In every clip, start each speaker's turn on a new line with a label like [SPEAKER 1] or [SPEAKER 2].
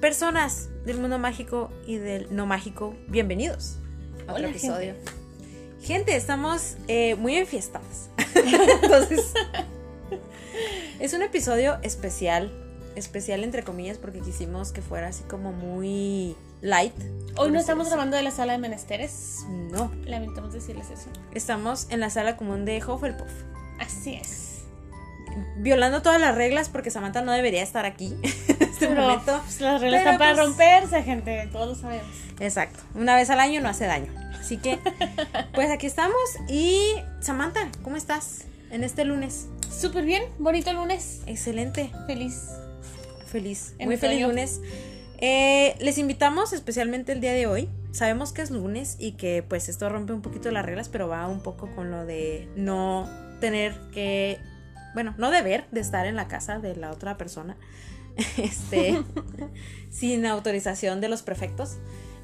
[SPEAKER 1] Personas del mundo mágico y del no mágico, bienvenidos a otro
[SPEAKER 2] Hola,
[SPEAKER 1] episodio.
[SPEAKER 2] gente.
[SPEAKER 1] Gente, estamos eh, muy enfiestadas. Entonces, es un episodio especial, especial entre comillas, porque quisimos que fuera así como muy light. este
[SPEAKER 2] Hoy
[SPEAKER 1] por
[SPEAKER 2] no
[SPEAKER 1] así
[SPEAKER 2] estamos
[SPEAKER 1] decirlo.
[SPEAKER 2] grabando de la sala de menesteres.
[SPEAKER 1] No,
[SPEAKER 2] Lamentamos decirles eso.
[SPEAKER 1] estamos en la sala común de Hufflepuff.
[SPEAKER 2] Así es.
[SPEAKER 1] Violando todas las reglas porque Samantha no debería estar aquí en este
[SPEAKER 2] Pero,
[SPEAKER 1] momento.
[SPEAKER 2] pues, las reglas
[SPEAKER 1] Pero,
[SPEAKER 2] están para
[SPEAKER 1] pues,
[SPEAKER 2] romperse, gente. Todos lo sabemos.
[SPEAKER 1] Exacto. Una vez al año no hace daño. Así que, pues aquí estamos. Y Samantha, ¿cómo estás en este lunes?
[SPEAKER 2] Súper bien. Bonito lunes.
[SPEAKER 1] Excelente,
[SPEAKER 2] Feliz.
[SPEAKER 1] feliz,
[SPEAKER 2] En
[SPEAKER 1] muy feliz
[SPEAKER 2] otoño.
[SPEAKER 1] lunes. Eh, les invitamos especialmente el día de hoy. Sabemos que es lunes y que pues esto rompe un poquito las reglas, pero va un poco con lo de no tener que, bueno, no deber de estar en la casa de la otra persona, este, sin autorización de los prefectos.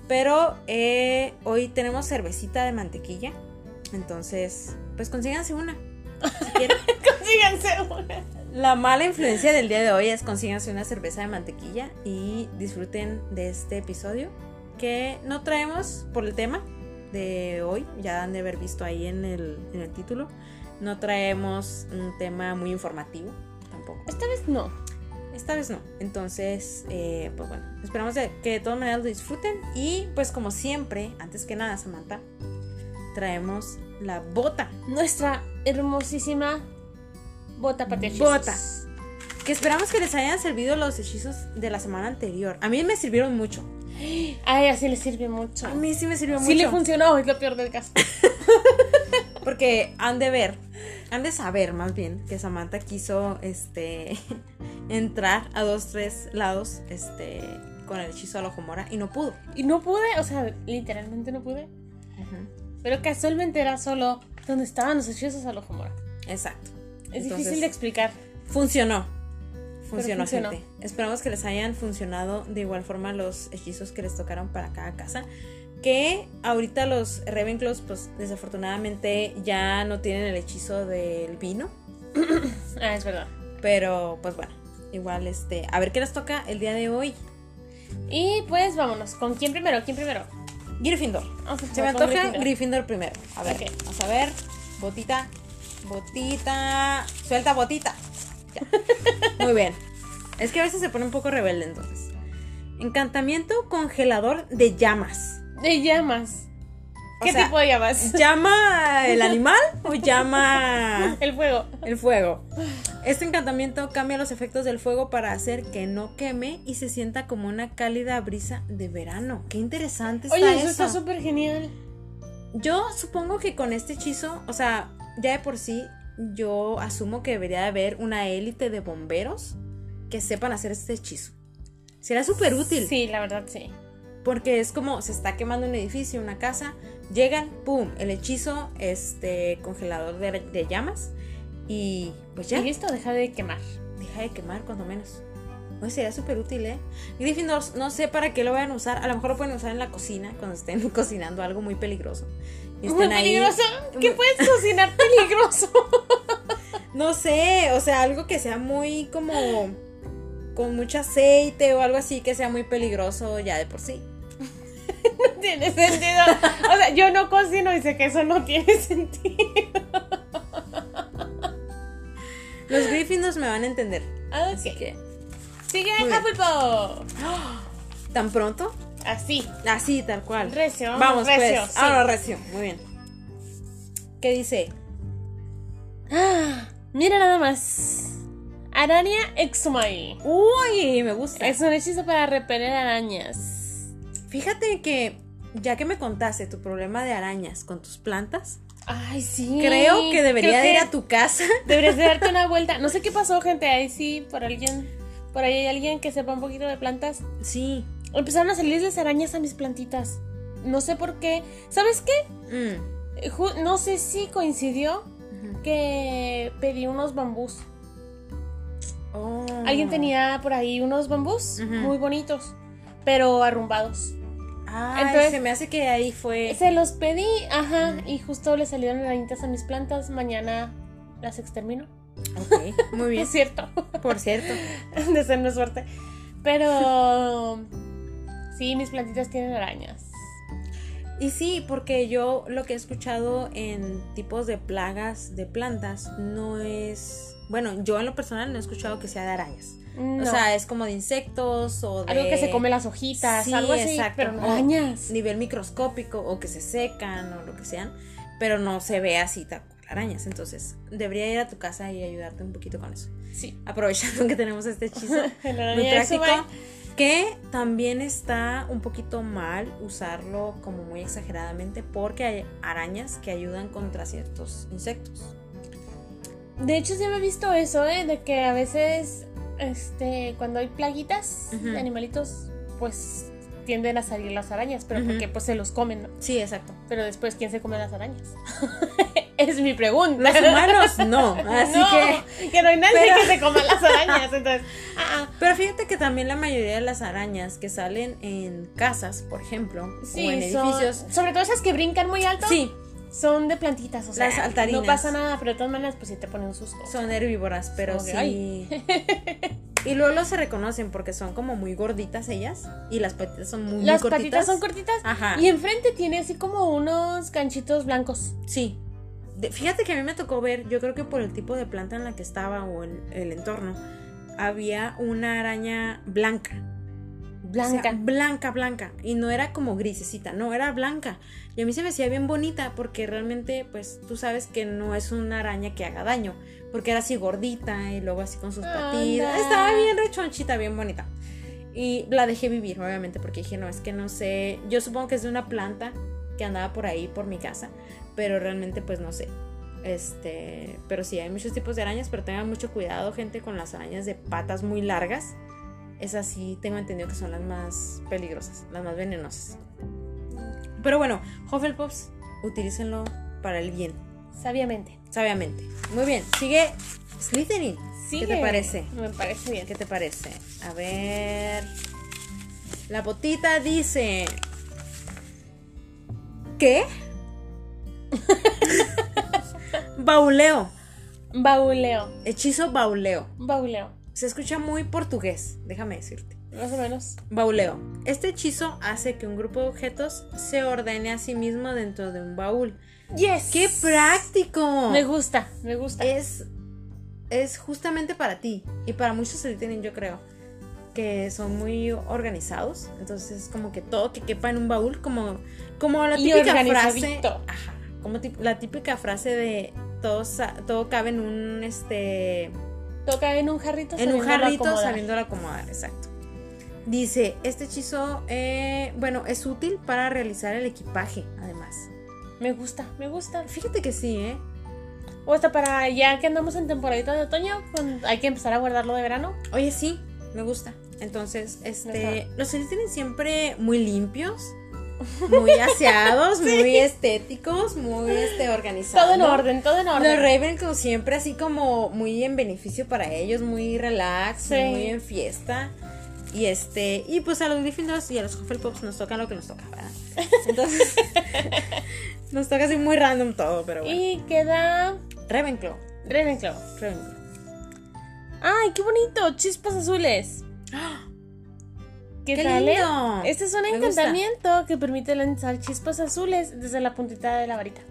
[SPEAKER 1] Pero eh, hoy tenemos cervecita de mantequilla, entonces pues consíganse una. Si quieren.
[SPEAKER 2] Consíganse una.
[SPEAKER 1] La mala influencia del día de hoy es consíganse una cerveza de mantequilla y disfruten de este episodio que no traemos por el tema de hoy, ya han de haber visto ahí en el, en el título, no traemos un tema muy informativo tampoco.
[SPEAKER 2] Esta vez no.
[SPEAKER 1] Esta vez no, entonces eh, pues bueno, esperamos de- que de todas maneras lo disfruten y pues como siempre, antes que nada Samantha, traemos la bota
[SPEAKER 2] Nuestra hermosísima bota para hechizos.
[SPEAKER 1] Bota. que esperamos que les hayan servido los hechizos de la semana anterior. A mí me sirvieron mucho.
[SPEAKER 2] Ay, así le sirve mucho.
[SPEAKER 1] A mí sí me sirvió
[SPEAKER 2] Sí le
[SPEAKER 1] mucho.
[SPEAKER 2] funcionó, es lo peor del caso.
[SPEAKER 1] porque han de ver, han de saber más bien que Samantha quiso este entrar a dos, tres lados este, con el hechizo al ojo mora y no pudo.
[SPEAKER 2] Y no pude, o sea, literalmente no pude. Pero casualmente era solo donde estaban los hechizos al ojo mora.
[SPEAKER 1] Exacto.
[SPEAKER 2] Es
[SPEAKER 1] Entonces,
[SPEAKER 2] difícil de explicar.
[SPEAKER 1] Funcionó. Funcionó,
[SPEAKER 2] funcionó.
[SPEAKER 1] gente. Esperamos que les hayan funcionado de igual forma los hechizos que les tocaron para cada casa. Que ahorita los Ravenclaws, pues desafortunadamente ya no tienen el hechizo del vino.
[SPEAKER 2] Ah, es verdad.
[SPEAKER 1] Pero pues bueno, igual este. A ver qué les toca el día de hoy.
[SPEAKER 2] Y pues vámonos. ¿Con quién primero? ¿Quién primero?
[SPEAKER 1] Gryffindor.
[SPEAKER 2] Vamos a
[SPEAKER 1] Se me
[SPEAKER 2] empezar con
[SPEAKER 1] antoja
[SPEAKER 2] Gryffindor.
[SPEAKER 1] Gryffindor primero. A ver,
[SPEAKER 2] Ok.
[SPEAKER 1] vamos a ver. Botita, botita. Suelta botita. Ya. Muy bien. Es que a veces se pone un poco rebelde entonces. Encantamiento congelador de llamas.
[SPEAKER 2] De llamas.
[SPEAKER 1] O
[SPEAKER 2] ¿Qué
[SPEAKER 1] sea,
[SPEAKER 2] tipo de llamas?
[SPEAKER 1] ¿Llama el animal o llama
[SPEAKER 2] El fuego.
[SPEAKER 1] el fuego? Este encantamiento cambia los efectos del fuego para hacer que no queme y se sienta como una cálida brisa de verano. Qué interesante está
[SPEAKER 2] Oye, eso
[SPEAKER 1] eso.
[SPEAKER 2] está súper genial.
[SPEAKER 1] Yo supongo que con este hechizo, o sea, ya de por sí, yo asumo que debería de haber una élite de bomberos que sepan hacer este hechizo. Será súper útil,
[SPEAKER 2] Sí, la verdad, sí.
[SPEAKER 1] porque es como se está quemando un edificio, una casa, llegan, pum, el hechizo, este congelador de, de llamas, y pues ya,
[SPEAKER 2] Y listo, deja de quemar.
[SPEAKER 1] deja de quemar cuando menos. Pues sería súper útil, ¿eh? Gryffindor, no sé para qué lo vayan a usar, a lo mejor lo pueden usar en la cocina, cuando estén cocinando algo muy peligroso. Y
[SPEAKER 2] Muy
[SPEAKER 1] estén ahí-
[SPEAKER 2] peligroso. ¿Qué
[SPEAKER 1] Muy-
[SPEAKER 2] puedes cocinar peligroso?
[SPEAKER 1] No sé, o sea, algo que sea muy como con mucho aceite o algo así que sea muy peligroso ya de por sí.
[SPEAKER 2] No tiene sentido. O sea, yo no cocino y sé que eso no tiene sentido.
[SPEAKER 1] Los Gryffindors me van a entender.
[SPEAKER 2] Ah,
[SPEAKER 1] Así
[SPEAKER 2] Ok.
[SPEAKER 1] que,
[SPEAKER 2] Sigue
[SPEAKER 1] Muy bien.
[SPEAKER 2] Hufflepuff.
[SPEAKER 1] ¿tan pronto?
[SPEAKER 2] Así.
[SPEAKER 1] Así, tal cual.
[SPEAKER 2] Recio.
[SPEAKER 1] Vamos,
[SPEAKER 2] recio.
[SPEAKER 1] pues.
[SPEAKER 2] sí.
[SPEAKER 1] Ahora recio, muy bien. ¿Qué dice?
[SPEAKER 2] Ah, mira nada más. Araña Exumai.
[SPEAKER 1] Uy, me gusta.
[SPEAKER 2] Es un hechizo para repeler arañas.
[SPEAKER 1] Fíjate que ya que me contaste tu problema de arañas con tus plantas,
[SPEAKER 2] Ay, sí.
[SPEAKER 1] creo que debería
[SPEAKER 2] Creo
[SPEAKER 1] de ir
[SPEAKER 2] que
[SPEAKER 1] a tu casa.
[SPEAKER 2] Deberías de darte una vuelta. No sé qué pasó, gente. Ahí sí, por alguien. Por ahí hay alguien que sepa un poquito de plantas.
[SPEAKER 1] Sí.
[SPEAKER 2] Empezaron a salirles arañas a mis plantitas. No sé por qué. ¿Sabes qué?
[SPEAKER 1] Mm.
[SPEAKER 2] Eh, ju- No sé si coincidió
[SPEAKER 1] Ujú.
[SPEAKER 2] que pedí unos bambús.
[SPEAKER 1] Oh.
[SPEAKER 2] Alguien tenía por ahí unos bambús
[SPEAKER 1] Ujú.
[SPEAKER 2] muy bonitos, pero arrumbados.
[SPEAKER 1] Ay,
[SPEAKER 2] Entonces-
[SPEAKER 1] se me hace que ahí fue.
[SPEAKER 2] Se los pedí, ajá,
[SPEAKER 1] Mm.
[SPEAKER 2] y justo le salieron arañitas a mis plantas. Mañana las extermino.
[SPEAKER 1] Ok, muy bien.
[SPEAKER 2] Es cierto,
[SPEAKER 1] Por cierto.
[SPEAKER 2] de ser una suerte. Pero. Sí, mis plantitas tienen arañas.
[SPEAKER 1] Y sí, porque yo lo que he escuchado en tipos de plagas de plantas no es. Bueno, yo en lo personal no he escuchado que sea de arañas.
[SPEAKER 2] No.
[SPEAKER 1] O sea, es como de insectos o de.
[SPEAKER 2] algo que se come las hojitas,
[SPEAKER 1] Sí,
[SPEAKER 2] algo así.
[SPEAKER 1] exacto.
[SPEAKER 2] Pero no
[SPEAKER 1] O
[SPEAKER 2] arañas.
[SPEAKER 1] Nivel microscópico o que se secan o lo que sean, pero no se ve así tal cual arañas. Entonces, debería ir a tu casa y ayudarte un poquito con eso.
[SPEAKER 2] Sí.
[SPEAKER 1] Aprovechando que tenemos este hechizo
[SPEAKER 2] El
[SPEAKER 1] muy
[SPEAKER 2] araña eso
[SPEAKER 1] práctico,
[SPEAKER 2] va.
[SPEAKER 1] que también está un poquito mal usarlo como muy exageradamente porque hay arañas que ayudan contra ciertos insectos.
[SPEAKER 2] De hecho, sí me he visto eso, ¿eh? De que a veces, este, cuando hay plaguitas
[SPEAKER 1] Ujú.
[SPEAKER 2] de animalitos, pues tienden a salir las arañas, pero
[SPEAKER 1] Ujú.
[SPEAKER 2] porque pues se los comen, ¿no?
[SPEAKER 1] Sí, exacto.
[SPEAKER 2] Pero después, ¿quién se come las arañas? es mi pregunta.
[SPEAKER 1] Los humanos no, así
[SPEAKER 2] No,
[SPEAKER 1] que
[SPEAKER 2] no hay nadie
[SPEAKER 1] pero-
[SPEAKER 2] que se coma las arañas, entonces, ah, ah.
[SPEAKER 1] Pero fíjate que también la mayoría de las arañas que salen en casas, por ejemplo,
[SPEAKER 2] Sí,
[SPEAKER 1] o en
[SPEAKER 2] son-
[SPEAKER 1] edificios.
[SPEAKER 2] sobre todo esas que brincan muy alto,
[SPEAKER 1] Sí,
[SPEAKER 2] son de plantitas, o sea,
[SPEAKER 1] Las saltarinas.
[SPEAKER 2] no pasa nada, pero de todas maneras, pues sí te ponen un susto.
[SPEAKER 1] son herbívoras, pero
[SPEAKER 2] Como que,
[SPEAKER 1] sí. Y luego los se reconocen porque son como muy gorditas ellas y las patitas son muy, muy
[SPEAKER 2] las
[SPEAKER 1] cortitas. Ah.
[SPEAKER 2] patitas son cortitas
[SPEAKER 1] Ajá.
[SPEAKER 2] y enfrente tiene así como unos ganchitos blancos.
[SPEAKER 1] Sí. De- fíjate que a mí me tocó ver, yo creo que por el tipo de planta en la que estaba o el, el entorno, había una araña blanca. O sea,
[SPEAKER 2] Blanca.
[SPEAKER 1] blanca, blanca. Y no era como grisecita, no, era blanca. Y a mí se me hacía bien bonita porque realmente, pues tú sabes que no es una araña que haga daño. Porque era así gordita y luego así con sus
[SPEAKER 2] Anda.
[SPEAKER 1] patitas. Estaba bien rechonchita, bien bonita. Y la dejé vivir, obviamente, porque dije, no, es que no sé. Yo supongo que es de una planta que andaba por ahí, por mi casa. Pero realmente, pues no sé. Este, pero sí, hay muchos tipos de arañas, pero tengan mucho cuidado, gente, con las arañas de patas muy largas. Esas sí tengo entendido que son las más peligrosas, las más venenosas. Pero bueno, Hufflepuffs, utilícenlo para el bien,
[SPEAKER 2] Sabiamente.
[SPEAKER 1] sabiamente. Muy bien, sigue Slytherin.
[SPEAKER 2] Sigue.
[SPEAKER 1] ¿Qué te parece?
[SPEAKER 2] Me parece bien.
[SPEAKER 1] ¿Qué te parece? A ver. La potita dice. ¿Qué? bauleo.
[SPEAKER 2] Bauleo.
[SPEAKER 1] Hechizo bauleo.
[SPEAKER 2] Bauleo.
[SPEAKER 1] Se escucha muy portugués, déjame decirte.
[SPEAKER 2] Más o menos.
[SPEAKER 1] Bauleo. Este hechizo hace que un grupo de objetos se ordene a sí mismo dentro de un baúl.
[SPEAKER 2] Yes.
[SPEAKER 1] ¡Qué práctico!
[SPEAKER 2] Me gusta, me gusta.
[SPEAKER 1] es, es justamente para ti y para muchos se tienen, yo creo, que son muy organizados. Entonces, como que todo que quepa en un baúl, como, como la
[SPEAKER 2] Y
[SPEAKER 1] típica frase.
[SPEAKER 2] organizadito.
[SPEAKER 1] Ajá, como tip- la típica frase de todo, sa- todo cabe en un este
[SPEAKER 2] Toca en un jarrito.
[SPEAKER 1] en un
[SPEAKER 2] sabiéndolo
[SPEAKER 1] jarrito
[SPEAKER 2] acomodar.
[SPEAKER 1] sabiéndolo acomodar, exacto. Dice, este hechizo, eh, bueno, es útil para realizar el equipaje, además.
[SPEAKER 2] Me gusta, me gusta.
[SPEAKER 1] Fíjate que sí, ¿eh?
[SPEAKER 2] O hasta para ya que andamos en temporadita de otoño, con- hay que empezar a guardarlo de verano.
[SPEAKER 1] Oye, sí, me gusta. Entonces, este,
[SPEAKER 2] Ajá.
[SPEAKER 1] los Celtics tienen siempre muy limpios, muy aseados, muy estéticos, muy este, organizados.
[SPEAKER 2] Todo en orden, todo en
[SPEAKER 1] Los
[SPEAKER 2] orden.
[SPEAKER 1] Ravenclaw siempre así como muy en beneficio para ellos, muy relax,
[SPEAKER 2] Sí.
[SPEAKER 1] muy en fiesta. Y este, y pues a los Gryffindors y a los Hufflepuffs nos toca lo que nos toca, ¿verdad? Entonces, nos toca así muy random todo, pero bueno.
[SPEAKER 2] Y queda
[SPEAKER 1] Ravenclaw,
[SPEAKER 2] Ravenclaw.
[SPEAKER 1] Ravenclaw.
[SPEAKER 2] ¡Ay, qué bonito! Chispas azules. ¿Qué, tal? eh?
[SPEAKER 1] lindo!
[SPEAKER 2] Este es un
[SPEAKER 1] Me gusta.
[SPEAKER 2] encantamiento que permite lanzar chispas azules desde la puntita de la varita.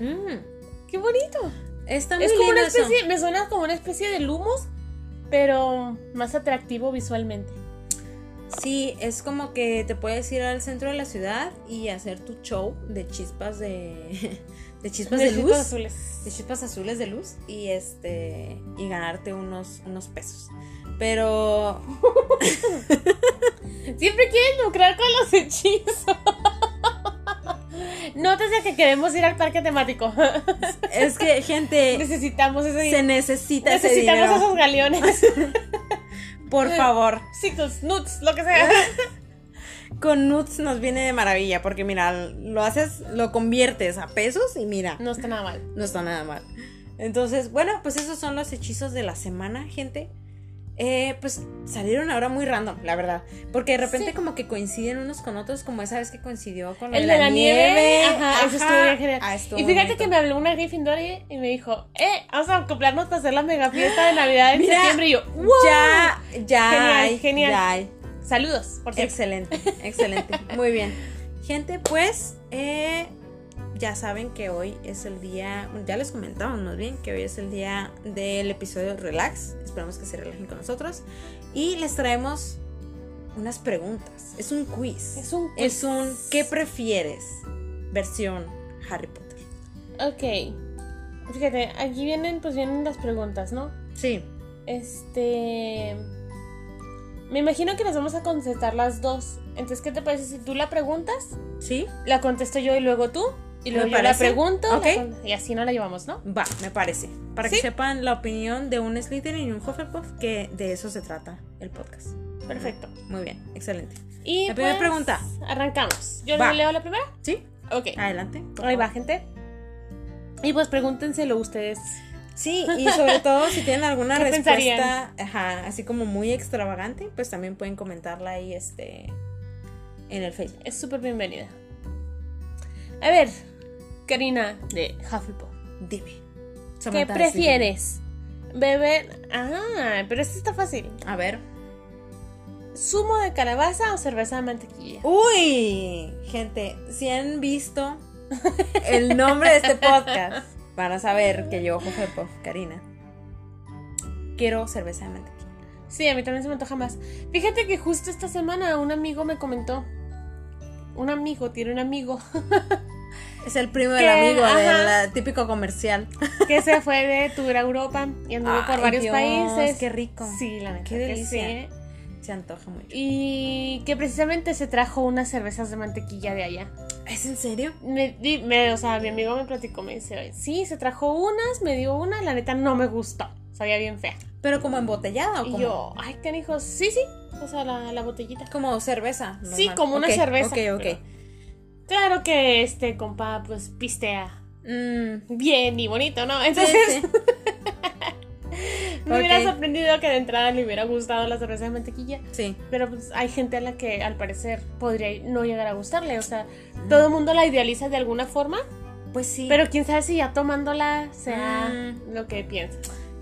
[SPEAKER 1] Mm,
[SPEAKER 2] ¡Qué bonito!
[SPEAKER 1] está muy
[SPEAKER 2] Es como
[SPEAKER 1] lindo
[SPEAKER 2] una
[SPEAKER 1] eso.
[SPEAKER 2] especie, me suena como una especie de lumos, pero más atractivo visualmente.
[SPEAKER 1] Sí, es como que te puedes ir al centro de la ciudad y hacer tu show de chispas de, de chispas de,
[SPEAKER 2] De
[SPEAKER 1] luz,
[SPEAKER 2] chispas azules.
[SPEAKER 1] de chispas azules de luz y este y ganarte unos unos pesos. Pero
[SPEAKER 2] Siempre quieren lucrar con los hechizos. Nótese que queremos ir al parque temático.
[SPEAKER 1] es que gente
[SPEAKER 2] Necesitamos ese
[SPEAKER 1] se
[SPEAKER 2] dinero.
[SPEAKER 1] necesita ese
[SPEAKER 2] Necesitamos
[SPEAKER 1] dinero,
[SPEAKER 2] esos galeones.
[SPEAKER 1] por favor.
[SPEAKER 2] Sickles, nuts, lo que sea.
[SPEAKER 1] Con nuts nos viene de maravilla porque mira, lo haces, lo conviertes a pesos y mira,
[SPEAKER 2] No está nada mal.
[SPEAKER 1] No está nada mal. Entonces, bueno, pues esos son los hechizos de la semana, gente. Eh, pues salieron ahora muy random, la verdad. Porque de repente
[SPEAKER 2] Sí.
[SPEAKER 1] como que coinciden unos con otros, como esa vez que coincidió con lo
[SPEAKER 2] El de la nieve, ajá,
[SPEAKER 1] Ajá,
[SPEAKER 2] eso estuvo bien genial.
[SPEAKER 1] Ah, estuvo
[SPEAKER 2] Y fíjate
[SPEAKER 1] bonito.
[SPEAKER 2] que me habló una Gryffindor y y me dijo, eh, vamos a acoplarnos para hacer la mega fiesta de Navidad en
[SPEAKER 1] Mira,
[SPEAKER 2] septiembre. Y yo, wow.
[SPEAKER 1] Ya, ya.
[SPEAKER 2] Genial,
[SPEAKER 1] hay,
[SPEAKER 2] genial.
[SPEAKER 1] ya hay.
[SPEAKER 2] Saludos, por cierto.
[SPEAKER 1] Pues, Excelente, excelente. Muy bien. Gente, pues eh, ya saben que hoy es el día, bueno, ya les comentamos más bien, que hoy es el día del episodio Relax. Esperamos que se relajen con nosotros. Y les traemos unas preguntas. Es un quiz.
[SPEAKER 2] Es un...
[SPEAKER 1] Es un ¿qué prefieres? Versión Harry Potter.
[SPEAKER 2] Ok. Fíjate, aquí vienen, pues vienen las preguntas, ¿no?
[SPEAKER 1] Sí.
[SPEAKER 2] Este... Me imagino que las vamos a contestar las dos. Entonces, ¿qué te parece si tú la preguntas?
[SPEAKER 1] ¿Sí?
[SPEAKER 2] La contesto yo y luego tú. Y luego
[SPEAKER 1] Me
[SPEAKER 2] yo la
[SPEAKER 1] parece.
[SPEAKER 2] pregunto. la
[SPEAKER 1] Ok.
[SPEAKER 2] con- y así no la llevamos, ¿no?
[SPEAKER 1] Va, me parece. Para que
[SPEAKER 2] Sí.
[SPEAKER 1] sepan la opinión de un Slytherin y un Hufflepuff, que de eso se trata el podcast.
[SPEAKER 2] Perfecto.
[SPEAKER 1] Muy bien, excelente.
[SPEAKER 2] Y pues,
[SPEAKER 1] La primera pregunta.
[SPEAKER 2] Arrancamos. Yo
[SPEAKER 1] Va.
[SPEAKER 2] le leo la primera.
[SPEAKER 1] ¿Sí?
[SPEAKER 2] Ok.
[SPEAKER 1] Adelante. por
[SPEAKER 2] Ah, Ahí
[SPEAKER 1] favor.
[SPEAKER 2] va, gente. Y pues pregúntenselo ustedes.
[SPEAKER 1] Sí, y sobre todo si tienen alguna
[SPEAKER 2] ¿Qué
[SPEAKER 1] respuesta,
[SPEAKER 2] pensarían?
[SPEAKER 1] ajá, así como muy extravagante, pues también pueden comentarla ahí este en el Facebook.
[SPEAKER 2] Es súper bienvenida. A ver, Karina de Hufflepuff.
[SPEAKER 1] Dime.
[SPEAKER 2] ¿Qué
[SPEAKER 1] Samantha, sí,
[SPEAKER 2] prefieres? Beber. Ah, pero esto está fácil.
[SPEAKER 1] dime. A ver.
[SPEAKER 2] ¿Zumo de calabaza o cerveza de mantequilla?
[SPEAKER 1] Uy, gente, si han visto el nombre de este podcast, van a saber que yo, Hufflepuff, Karina, quiero cerveza de mantequilla.
[SPEAKER 2] Sí, a mí también se me antoja más. Fíjate que justo esta semana un amigo me comentó. Un amigo, tiene un amigo.
[SPEAKER 1] Es el primo
[SPEAKER 2] ¿Qué?
[SPEAKER 1] del amigo,
[SPEAKER 2] Ajá.
[SPEAKER 1] del ah, típico comercial.
[SPEAKER 2] que se fue de tour a Europa y anduvo por
[SPEAKER 1] Ay,
[SPEAKER 2] varios
[SPEAKER 1] Dios,
[SPEAKER 2] países.
[SPEAKER 1] qué rico.
[SPEAKER 2] Sí, la neta.
[SPEAKER 1] Qué
[SPEAKER 2] que
[SPEAKER 1] delicia.
[SPEAKER 2] sí.
[SPEAKER 1] Se antoja mucho.
[SPEAKER 2] Y que precisamente se trajo unas cervezas de mantequilla de allá.
[SPEAKER 1] ¿Es en serio?
[SPEAKER 2] Me, di- me- o sea, mi amigo me platicó, me dice, "Oye, sí, se trajo unas, me dio una, la neta no me gustó, sabía bien fea.
[SPEAKER 1] Pero como embotellada o
[SPEAKER 2] Y
[SPEAKER 1] como,
[SPEAKER 2] yo, ay, canijo, sí, sí, o sea, la, la botellita.
[SPEAKER 1] como cerveza. normal.
[SPEAKER 2] Sí, como una
[SPEAKER 1] Ok,
[SPEAKER 2] cerveza.
[SPEAKER 1] Ok,
[SPEAKER 2] pero-
[SPEAKER 1] ok.
[SPEAKER 2] Claro que este compa, pues, pistea
[SPEAKER 1] Mm,
[SPEAKER 2] bien y bonito, ¿no?
[SPEAKER 1] sí,
[SPEAKER 2] Entonces,
[SPEAKER 1] sí.
[SPEAKER 2] me hubiera
[SPEAKER 1] ok.
[SPEAKER 2] sorprendido que de entrada le hubiera gustado la cerveza de mantequilla.
[SPEAKER 1] Sí.
[SPEAKER 2] Pero pues hay gente a la que al parecer podría no llegar a gustarle. O sea, todo el mundo la idealiza de alguna forma,
[SPEAKER 1] Pues sí.
[SPEAKER 2] pero quién sabe si ya tomándola sea
[SPEAKER 1] Mm.
[SPEAKER 2] lo que piensa.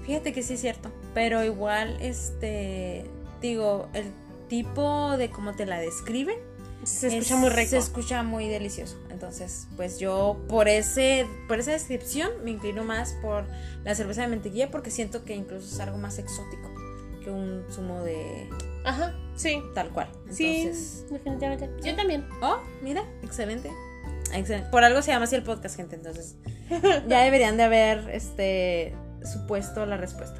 [SPEAKER 1] Fíjate que sí es cierto. Pero igual, este, digo, el tipo de cómo te la describen.
[SPEAKER 2] Se
[SPEAKER 1] es-
[SPEAKER 2] escucha muy rico.
[SPEAKER 1] Se escucha muy delicioso. Entonces, pues yo por ese, por esa descripción me inclino más por la cerveza de mantequilla porque siento que incluso es algo más exótico que un zumo de
[SPEAKER 2] Ajá, sí.
[SPEAKER 1] tal cual. Entonces,
[SPEAKER 2] Sí, definitivamente. Yo también.
[SPEAKER 1] Oh, mira, excelente. Excelente. Por algo se llama así el podcast, gente. Entonces, ya deberían de haber este supuesto la respuesta.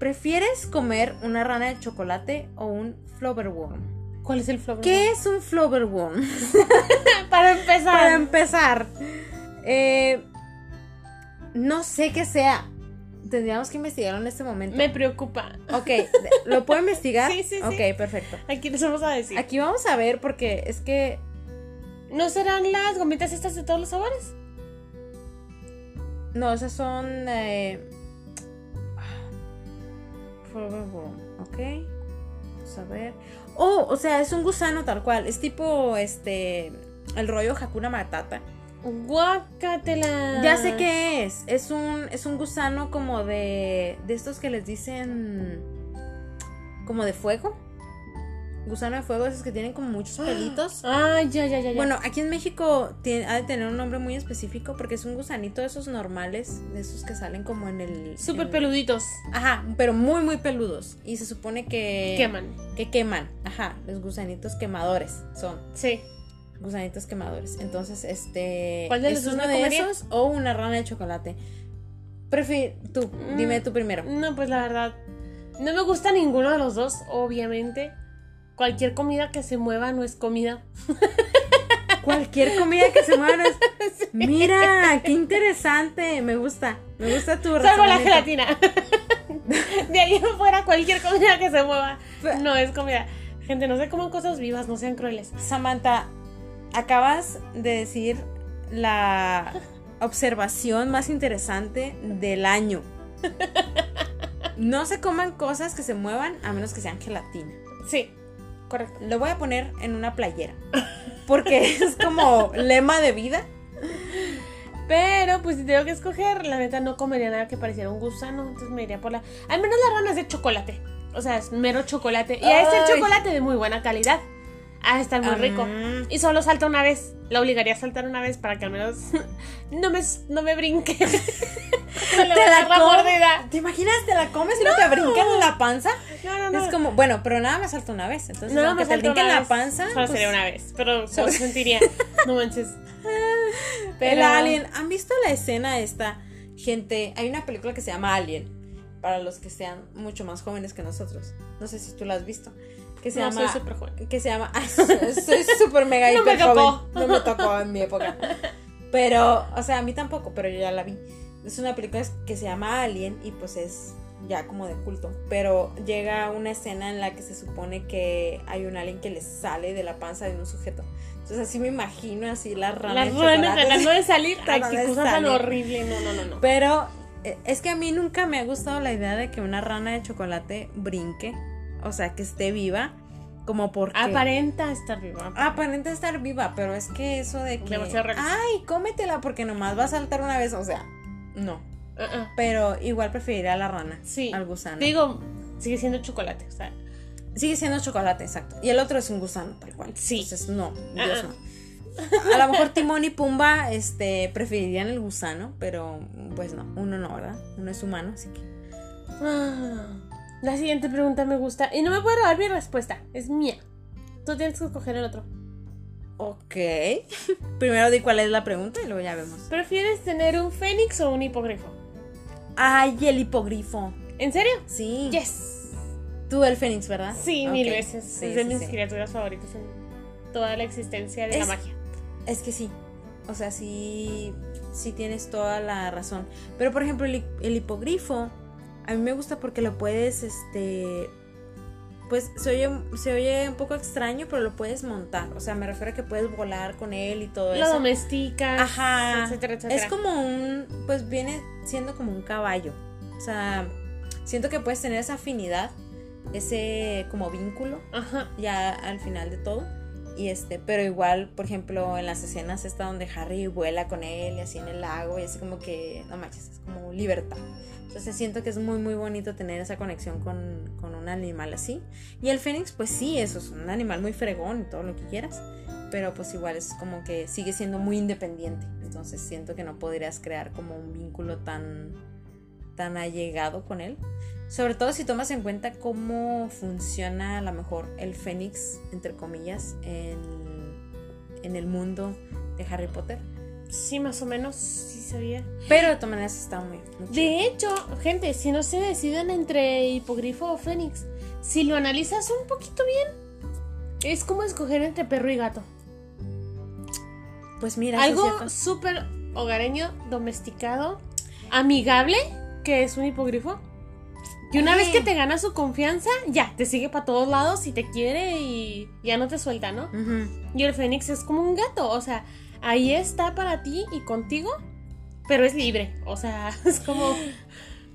[SPEAKER 1] ¿Prefieres comer una rana de chocolate o un flowerworm?
[SPEAKER 2] ¿Cuál es el flow? Ah,
[SPEAKER 1] ¿Qué es un flowerworm?
[SPEAKER 2] Para empezar.
[SPEAKER 1] Para empezar, eh, no sé qué sea. Tendríamos que investigarlo en este momento.
[SPEAKER 2] Me preocupa.
[SPEAKER 1] Ok, ¿lo puedo investigar?
[SPEAKER 2] Sí, sí, sí.
[SPEAKER 1] Ok, perfecto.
[SPEAKER 2] Aquí les vamos a decir.
[SPEAKER 1] Aquí vamos a ver porque es que
[SPEAKER 2] ¿No serán las gomitas estas de todos los sabores?
[SPEAKER 1] No, esas son. Eh... ah, Forever Worm, ok. Vamos a ver. Oh, o sea, es un gusano tal cual. Es tipo este. El rollo Hakuna Matata.
[SPEAKER 2] Guácatela.
[SPEAKER 1] Ya sé qué es. Es un, es un gusano como de. De estos que les dicen. Como de fuego. Gusano de fuego, esos que tienen como muchos pelitos.
[SPEAKER 2] Ah, ya, ya, ya. ya.
[SPEAKER 1] Bueno, aquí en México tiene, ha de tener un nombre muy específico porque es un gusanito de esos normales, de esos que salen como en el...
[SPEAKER 2] súper
[SPEAKER 1] en-
[SPEAKER 2] peluditos.
[SPEAKER 1] Ajá, pero muy, muy peludos. Y se supone que...
[SPEAKER 2] Queman.
[SPEAKER 1] Que queman. Ajá, los gusanitos quemadores son.
[SPEAKER 2] Sí.
[SPEAKER 1] Gusanitos quemadores. Entonces, este...
[SPEAKER 2] ¿Cuál de
[SPEAKER 1] ¿Es
[SPEAKER 2] los dos
[SPEAKER 1] uno
[SPEAKER 2] me
[SPEAKER 1] de
[SPEAKER 2] comería?
[SPEAKER 1] esos o una rana de chocolate? Prefi tú,
[SPEAKER 2] Mm.
[SPEAKER 1] dime tú primero.
[SPEAKER 2] No, pues la verdad, no me gusta ninguno de los dos, obviamente. Cualquier comida que se mueva no es comida.
[SPEAKER 1] Cualquier comida que se mueva no es- Mira, qué interesante. Me gusta. Me gusta tu
[SPEAKER 2] Salvo la
[SPEAKER 1] razonamiento.
[SPEAKER 2] gelatina. De ahí en fuera, cualquier comida que se mueva
[SPEAKER 1] Fe-
[SPEAKER 2] no es comida. Gente, no se coman cosas vivas, no sean crueles.
[SPEAKER 1] Samantha, acabas de decir la observación más interesante del año. No se coman cosas que se muevan a menos que sean gelatina.
[SPEAKER 2] Sí, correcto.
[SPEAKER 1] Lo voy a poner en una playera. Porque es como lema de vida.
[SPEAKER 2] Pero, pues si tengo que escoger, la neta no comería nada que pareciera un gusano. Entonces me iría por la. Al menos las ranas de chocolate. O sea, es mero chocolate. Y a es
[SPEAKER 1] Ay.
[SPEAKER 2] el chocolate de muy buena calidad. Ah, estar muy rico.
[SPEAKER 1] Mm.
[SPEAKER 2] Y solo salta una vez. La obligaría a saltar una vez para que al menos no me, no me brinque. no le
[SPEAKER 1] Te
[SPEAKER 2] voy
[SPEAKER 1] la
[SPEAKER 2] a dar la
[SPEAKER 1] com-
[SPEAKER 2] mordida.
[SPEAKER 1] ¿Te imaginas? ¿Te la comes y no te brincan en la panza?
[SPEAKER 2] No, no, no.
[SPEAKER 1] Es como, bueno, pero nada más salta una vez. Entonces,
[SPEAKER 2] Nada
[SPEAKER 1] aunque
[SPEAKER 2] más
[SPEAKER 1] te
[SPEAKER 2] salta
[SPEAKER 1] brinque en
[SPEAKER 2] una
[SPEAKER 1] la
[SPEAKER 2] vez.
[SPEAKER 1] panza.
[SPEAKER 2] Solo
[SPEAKER 1] pues,
[SPEAKER 2] sería una vez.
[SPEAKER 1] solo-
[SPEAKER 2] Pero solo sentiría. No manches.
[SPEAKER 1] El Alien. ¿Han visto la escena esta? Gente, hay una película que se llama Alien. Para los que sean mucho más jóvenes que nosotros. No sé si tú la has visto. Que se
[SPEAKER 2] no,
[SPEAKER 1] llama.
[SPEAKER 2] soy súper joven.
[SPEAKER 1] que se llama. Ay, soy súper mega
[SPEAKER 2] No me
[SPEAKER 1] hiper joven.
[SPEAKER 2] tocó.
[SPEAKER 1] No me tocó en mi época. Pero, o sea, a mí tampoco, pero yo ya la vi. Es una película que se llama Alien y pues es ya como de culto. Pero llega una escena en la que se supone que hay un alien que le sale de la panza de un sujeto. Entonces así me imagino así la rana. de
[SPEAKER 2] Las ruedas
[SPEAKER 1] chocolate.
[SPEAKER 2] tratando de salir. Ay,
[SPEAKER 1] Tratando
[SPEAKER 2] qué
[SPEAKER 1] de
[SPEAKER 2] cosa tan
[SPEAKER 1] salir.
[SPEAKER 2] horrible. No, no, no, no.
[SPEAKER 1] Pero eh, es que a mí nunca me ha gustado la idea de que una rana de chocolate brinque. O sea, que esté viva. Como porque...
[SPEAKER 2] Aparenta estar viva.
[SPEAKER 1] Ah. aparenta estar viva, pero es que eso de que.
[SPEAKER 2] Demasiado realista.
[SPEAKER 1] Ay, cómetela porque nomás va a saltar una vez, o sea, no.
[SPEAKER 2] Uh-uh.
[SPEAKER 1] Pero igual preferiría a la rana.
[SPEAKER 2] Sí.
[SPEAKER 1] Al gusano.
[SPEAKER 2] ah. Digo, sigue siendo chocolate. O sea,
[SPEAKER 1] Sigue siendo chocolate, exacto. Y el otro es un gusano, tal cual.
[SPEAKER 2] Sí.
[SPEAKER 1] Entonces, no, Dios
[SPEAKER 2] Ah,
[SPEAKER 1] no. A lo mejor Timón y Pumba este, preferirían el gusano, pero pues no, uno no, ¿verdad? Uno es humano, así que.
[SPEAKER 2] ah. la siguiente pregunta me gusta. Y no me puedo robar mi respuesta. Es mía. Tú tienes que escoger el otro.
[SPEAKER 1] Ok. Primero di cuál es la pregunta y luego ya vemos.
[SPEAKER 2] ¿Prefieres tener un fénix o un hipogrifo?
[SPEAKER 1] Ay, el hipogrifo.
[SPEAKER 2] ¿En serio?
[SPEAKER 1] Sí.
[SPEAKER 2] Yes.
[SPEAKER 1] Tú el Fénix, ¿verdad?
[SPEAKER 2] Sí,
[SPEAKER 1] Ok.
[SPEAKER 2] mil veces.
[SPEAKER 1] Sí,
[SPEAKER 2] es de
[SPEAKER 1] sí,
[SPEAKER 2] mis
[SPEAKER 1] sí.
[SPEAKER 2] criaturas favoritas en toda la existencia
[SPEAKER 1] Es-
[SPEAKER 2] de la magia.
[SPEAKER 1] Es que sí. O sea, sí, sí tienes toda la razón. Pero, por ejemplo, el, hip- el hipogrifo, a mí me gusta porque lo puedes, este... Pues se oye, se oye un poco extraño, pero lo puedes montar. O sea, me refiero a que puedes volar con él y todo
[SPEAKER 2] Lo
[SPEAKER 1] eso.
[SPEAKER 2] domesticas,
[SPEAKER 1] Ajá.
[SPEAKER 2] etcétera, etcétera.
[SPEAKER 1] Es como un... Pues viene siendo como un caballo. O sea, siento que puedes tener esa afinidad, ese como vínculo
[SPEAKER 2] Ajá.
[SPEAKER 1] ya al final de todo. Y este, pero igual, por ejemplo, en las escenas esta donde Harry vuela con él y así en el lago y así como que, no manches, es como libertad. Entonces siento que es muy, muy bonito tener esa conexión con, con un animal así. Y el fénix, pues sí, eso es un animal muy fregón y todo lo que quieras. Pero pues igual es como que sigue siendo muy independiente. Entonces siento que no podrías crear como un vínculo tan, tan allegado con él. Sobre todo si tomas en cuenta cómo funciona a lo mejor el Fénix, entre comillas, en, en el mundo de Harry Potter.
[SPEAKER 2] Sí, más o menos, sí sabía.
[SPEAKER 1] Pero de todas maneras está muy... muy chido.
[SPEAKER 2] De hecho, gente, si no se deciden entre hipogrifo o fénix, si lo analizas un poquito bien, es como escoger entre perro y gato.
[SPEAKER 1] Pues mira, sí es
[SPEAKER 2] Algo
[SPEAKER 1] cierto.
[SPEAKER 2] súper hogareño, domesticado, amigable, que es un hipogrifo. Y una
[SPEAKER 1] Oye.
[SPEAKER 2] vez que te gana su confianza, ya, te sigue para todos lados y te quiere y ya no te suelta, ¿no?
[SPEAKER 1] Ujú.
[SPEAKER 2] Y el fénix es como un gato, o sea, ahí está para ti y contigo, pero es libre, o sea, es como...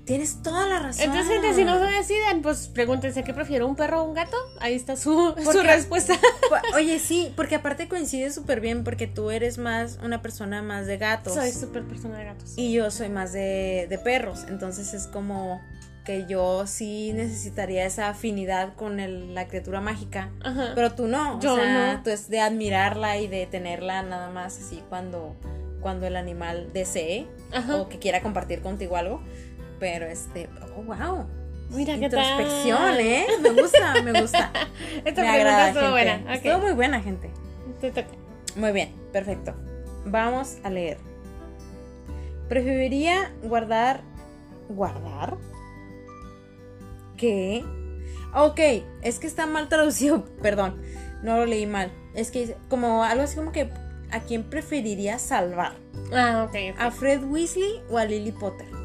[SPEAKER 1] Tienes toda la razón.
[SPEAKER 2] Entonces, gente, si no se deciden, pues pregúntense qué prefiero, un perro o un gato. Ahí está su,
[SPEAKER 1] ¿Por
[SPEAKER 2] su
[SPEAKER 1] qué?
[SPEAKER 2] respuesta.
[SPEAKER 1] Pu- Oye, sí, porque aparte coincide súper bien porque tú eres más una persona más de gatos.
[SPEAKER 2] Soy súper persona de gatos.
[SPEAKER 1] Y yo soy más de, de perros, entonces es como que yo sí necesitaría esa afinidad con el- la criatura mágica,
[SPEAKER 2] Ajá.
[SPEAKER 1] pero tú no, o
[SPEAKER 2] Yo
[SPEAKER 1] sea,
[SPEAKER 2] no.
[SPEAKER 1] tú es de admirarla y de tenerla nada más así cuando, cuando el animal desee
[SPEAKER 2] Ajá.
[SPEAKER 1] o que quiera compartir contigo algo, pero este, oh, wow.
[SPEAKER 2] Mira qué tal.
[SPEAKER 1] Introspección, ¿eh? Me gusta, me gusta.
[SPEAKER 2] Esta
[SPEAKER 1] Me
[SPEAKER 2] pregunta
[SPEAKER 1] agrada,
[SPEAKER 2] estuvo
[SPEAKER 1] gente.
[SPEAKER 2] buena.
[SPEAKER 1] Estuvo
[SPEAKER 2] Ok.
[SPEAKER 1] muy buena, gente.
[SPEAKER 2] Te toca.
[SPEAKER 1] Muy bien, perfecto. Vamos a leer. Preferiría guardar. ¿Guardar? ¿Qué? Ok, es que está mal traducido, perdón. No lo leí mal. Es que dice- como algo así como que ¿a quién preferiría salvar?
[SPEAKER 2] Ah, ok. ok.
[SPEAKER 1] ¿A Fred Weasley o a Lily Potter?
[SPEAKER 2] Ah,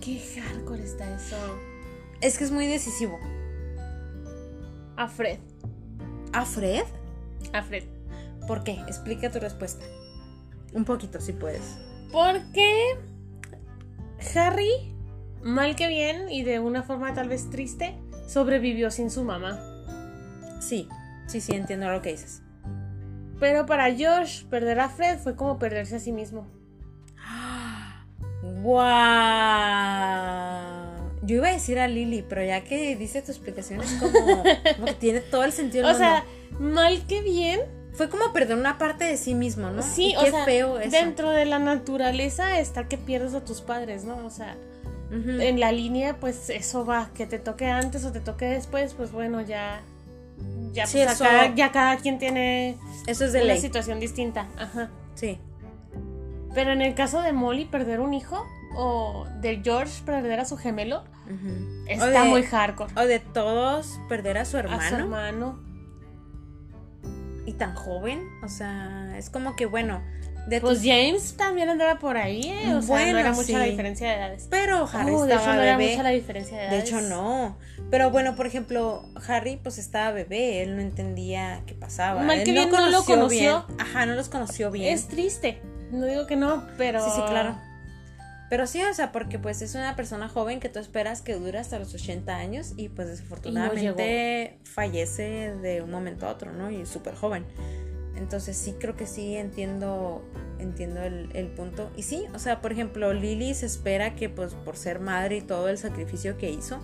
[SPEAKER 2] qué hardcore está eso.
[SPEAKER 1] Es que es muy decisivo.
[SPEAKER 2] A Fred.
[SPEAKER 1] ¿A Fred?
[SPEAKER 2] A Fred.
[SPEAKER 1] ¿Por qué? Explica tu respuesta. Un poquito, si puedes.
[SPEAKER 2] Porque Harry mal que bien y de una forma tal vez triste, sobrevivió sin su mamá.
[SPEAKER 1] Sí, sí, sí, entiendo lo que dices.
[SPEAKER 2] Pero para Josh, perder a Fred fue como perderse a sí mismo.
[SPEAKER 1] ¡Wow! Yo iba a decir a Lily, pero ya que dice tu explicación es como, como que tiene todo el sentido del
[SPEAKER 2] O sea,
[SPEAKER 1] mundo.
[SPEAKER 2] mal que bien,
[SPEAKER 1] fue como perder una parte de sí mismo, ¿no?
[SPEAKER 2] sí,
[SPEAKER 1] Ah, Y
[SPEAKER 2] o
[SPEAKER 1] qué
[SPEAKER 2] sea,
[SPEAKER 1] feo eso.
[SPEAKER 2] dentro de la naturaleza está que pierdes a tus padres, ¿no? O sea,
[SPEAKER 1] Ujú.
[SPEAKER 2] en la línea, pues eso va, que te toque antes o te toque después, pues bueno, ya. Ya,
[SPEAKER 1] Sí,
[SPEAKER 2] pues, a
[SPEAKER 1] eso-
[SPEAKER 2] cada- ya cada quien tiene
[SPEAKER 1] Eso es de
[SPEAKER 2] una
[SPEAKER 1] ley.
[SPEAKER 2] situación distinta. Ajá.
[SPEAKER 1] Sí.
[SPEAKER 2] Pero en el caso de Molly perder un hijo o de George perder a su gemelo,
[SPEAKER 1] Ujú.
[SPEAKER 2] está
[SPEAKER 1] o de,
[SPEAKER 2] muy hardcore.
[SPEAKER 1] O de todos perder a su hermano.
[SPEAKER 2] A su hermano.
[SPEAKER 1] Y tan joven. O sea, es como que bueno. De
[SPEAKER 2] Pues
[SPEAKER 1] tus-
[SPEAKER 2] James también andaba por ahí, ¿eh? O sea,
[SPEAKER 1] Bueno,
[SPEAKER 2] no era mucha
[SPEAKER 1] sí.
[SPEAKER 2] la diferencia de edades.
[SPEAKER 1] Pero Harry
[SPEAKER 2] Oh, de hecho,
[SPEAKER 1] estaba
[SPEAKER 2] no era
[SPEAKER 1] bebé.
[SPEAKER 2] mucha la diferencia de
[SPEAKER 1] De
[SPEAKER 2] edades.
[SPEAKER 1] hecho, no. Pero bueno, por ejemplo, Harry pues estaba bebé, él no entendía qué pasaba.
[SPEAKER 2] Mal
[SPEAKER 1] él
[SPEAKER 2] que bien no lo conoció.
[SPEAKER 1] bien. Ajá, no los conoció bien.
[SPEAKER 2] Es triste. No digo que no, pero.
[SPEAKER 1] Sí, sí, claro. Pero sí, o sea, porque pues es una persona joven que tú esperas que dure hasta los 80 años y pues desafortunadamente fallece de un momento a otro, ¿no? Y súper joven. Entonces sí creo que sí entiendo, entiendo el, el punto. Y sí, o sea, por ejemplo, Lily se espera que pues por ser madre y todo el sacrificio que hizo,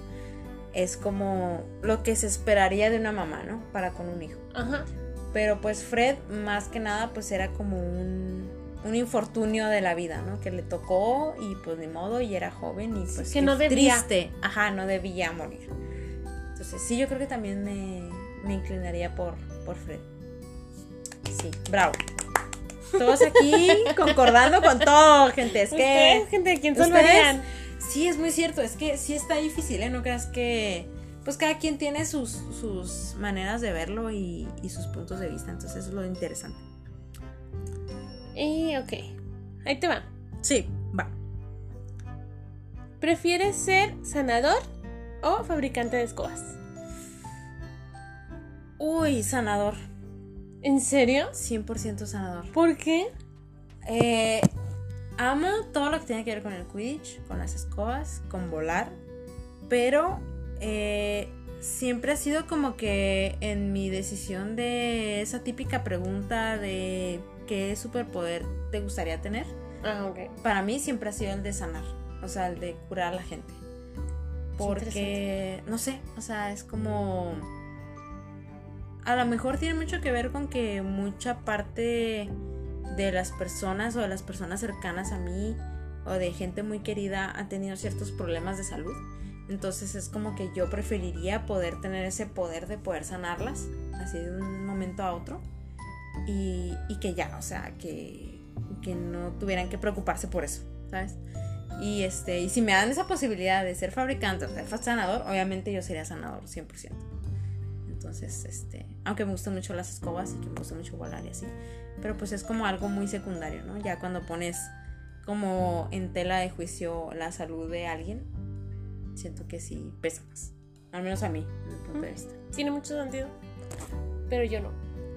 [SPEAKER 1] es como lo que se esperaría de una mamá, ¿no? Para con un hijo.
[SPEAKER 2] Ajá.
[SPEAKER 1] Pero pues Fred, más que nada, pues era como un, un infortunio de la vida, ¿no? Que le tocó y pues de modo y era joven y
[SPEAKER 2] Sí,
[SPEAKER 1] pues
[SPEAKER 2] que
[SPEAKER 1] qué
[SPEAKER 2] no debía.
[SPEAKER 1] triste. Ajá, no debía morir. Entonces sí, yo creo que también me, me inclinaría por, por Fred. Sí, bravo. Todos aquí concordando con todo, gente. Es que
[SPEAKER 2] Pues, ¿Ustedes, gente, ¿a quién
[SPEAKER 1] ¿Ustedes?
[SPEAKER 2] salvarían?
[SPEAKER 1] sí, es muy cierto. Es que sí está difícil, ¿eh? No creas que... Pues cada quien tiene sus, sus maneras de verlo y, y sus puntos de vista. Entonces eso es lo interesante.
[SPEAKER 2] Y ok. Ahí te va.
[SPEAKER 1] Sí, va.
[SPEAKER 2] ¿Prefieres ser sanador o fabricante de escobas?
[SPEAKER 1] Uy, sanador.
[SPEAKER 2] ¿En serio?
[SPEAKER 1] 100% sanador.
[SPEAKER 2] ¿Por qué?
[SPEAKER 1] Eh, amo todo lo que tiene que ver con el Quidditch, con las escobas, con volar. Pero eh, siempre ha sido como que en mi decisión de esa típica pregunta de qué superpoder te gustaría tener,
[SPEAKER 2] Ah, ok.
[SPEAKER 1] para mí siempre ha sido el de sanar, o sea, el de curar a la gente. Porque, no sé, o sea, es como... A lo mejor tiene mucho que ver con que mucha parte de las personas o de las personas cercanas a mí o de gente muy querida han tenido ciertos problemas de salud. Entonces es como que yo preferiría poder tener ese poder de poder sanarlas así de un momento a otro y, y que ya, o sea, que, que no tuvieran que preocuparse por eso, ¿sabes? Y, este, y si me dan esa posibilidad de ser fabricante o ser fa- sanador, obviamente yo sería sanador 100%. Entonces, este, aunque me gustan mucho las escobas y que me gusta mucho volar y así, pero pues es como algo muy secundario, ¿no? Ya cuando pones como en tela de juicio la salud de alguien, siento que sí pesa más. Al menos a mí, desde mi punto de vista.
[SPEAKER 2] Tiene mucho sentido. Pero yo no.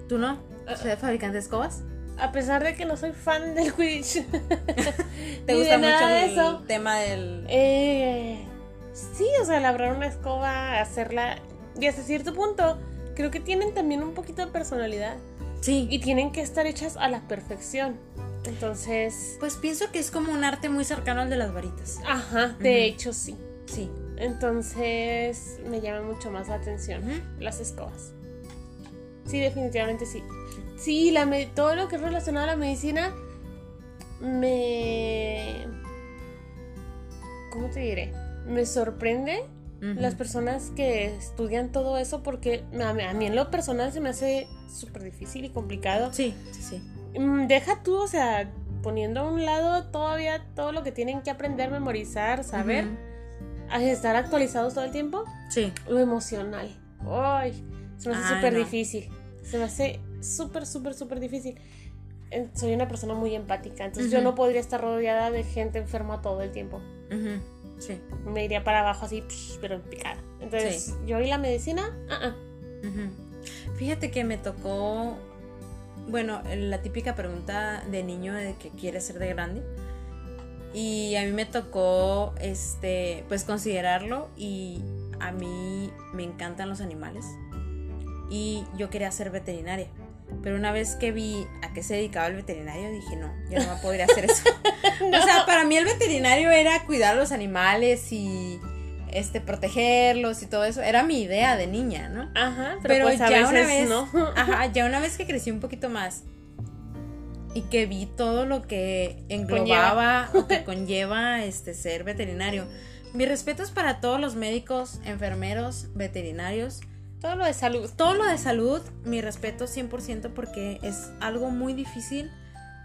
[SPEAKER 1] ¿Tú no? ¿Ser fabricante de escobas?
[SPEAKER 2] A pesar de que no soy fan del Quidditch.
[SPEAKER 1] ¿Te
[SPEAKER 2] Ni
[SPEAKER 1] gusta
[SPEAKER 2] de nada
[SPEAKER 1] mucho
[SPEAKER 2] de
[SPEAKER 1] el
[SPEAKER 2] eso.
[SPEAKER 1] tema del...
[SPEAKER 2] Eh, sí, o sea, labrar una escoba, hacerla. Y hasta cierto punto, creo que tienen también un poquito de personalidad.
[SPEAKER 1] Sí.
[SPEAKER 2] Y tienen que estar hechas a la perfección. Entonces.
[SPEAKER 1] Pues pienso que es como un arte muy cercano al de las varitas.
[SPEAKER 2] Ajá, de
[SPEAKER 1] Ujú.
[SPEAKER 2] hecho sí.
[SPEAKER 1] Sí.
[SPEAKER 2] Entonces me llama mucho más la atención
[SPEAKER 1] Ujú.
[SPEAKER 2] las escobas. Sí, definitivamente sí. Sí, la me- todo lo que es relacionado a la medicina me... ¿Cómo te diré? Me sorprende
[SPEAKER 1] Ujú.
[SPEAKER 2] las personas que estudian todo eso porque a mí, a mí en lo personal se me hace súper difícil y complicado.
[SPEAKER 1] Sí, sí, sí.
[SPEAKER 2] Mm, Deja tú, o sea, poniendo a un lado todavía todo lo que tienen que aprender, memorizar, saber,
[SPEAKER 1] Ujú.
[SPEAKER 2] a estar actualizados todo el tiempo
[SPEAKER 1] Sí.
[SPEAKER 2] lo emocional. Ay, se me hace
[SPEAKER 1] Ay,
[SPEAKER 2] súper
[SPEAKER 1] no.
[SPEAKER 2] difícil. Se me hace súper, súper, súper difícil. Eh, Soy una persona muy empática, entonces yo
[SPEAKER 1] Ujú.
[SPEAKER 2] no podría estar rodeada de gente enferma todo el tiempo.
[SPEAKER 1] Ujú. Sí.
[SPEAKER 2] Me iría para abajo así, psh, pero en picada. Entonces,
[SPEAKER 1] Sí.
[SPEAKER 2] yo y la medicina, ah, ah.
[SPEAKER 1] Ujú. Fíjate que me tocó, bueno, la típica pregunta de niño de que quieres ser de grande. Y a mí me tocó, este, pues considerarlo y a mí me encantan los animales. Y yo quería ser veterinaria. Pero una vez que vi a qué se dedicaba el veterinario, dije, no, yo no voy a poder hacer eso. O sea, para mí el veterinario era cuidar a los animales y este protegerlos y todo eso. Era mi idea de niña, ¿no?
[SPEAKER 2] Ajá,
[SPEAKER 1] Pero,
[SPEAKER 2] pues, a
[SPEAKER 1] ya una
[SPEAKER 2] veces
[SPEAKER 1] vez,
[SPEAKER 2] no.
[SPEAKER 1] ajá, ya una vez que crecí un poquito más y que vi todo lo que englobaba o que conlleva este ser veterinario. Mis respetos para todos los médicos, enfermeros, veterinarios,
[SPEAKER 2] Todo lo de salud.
[SPEAKER 1] todo lo de salud, mi respeto 100% porque es algo muy difícil,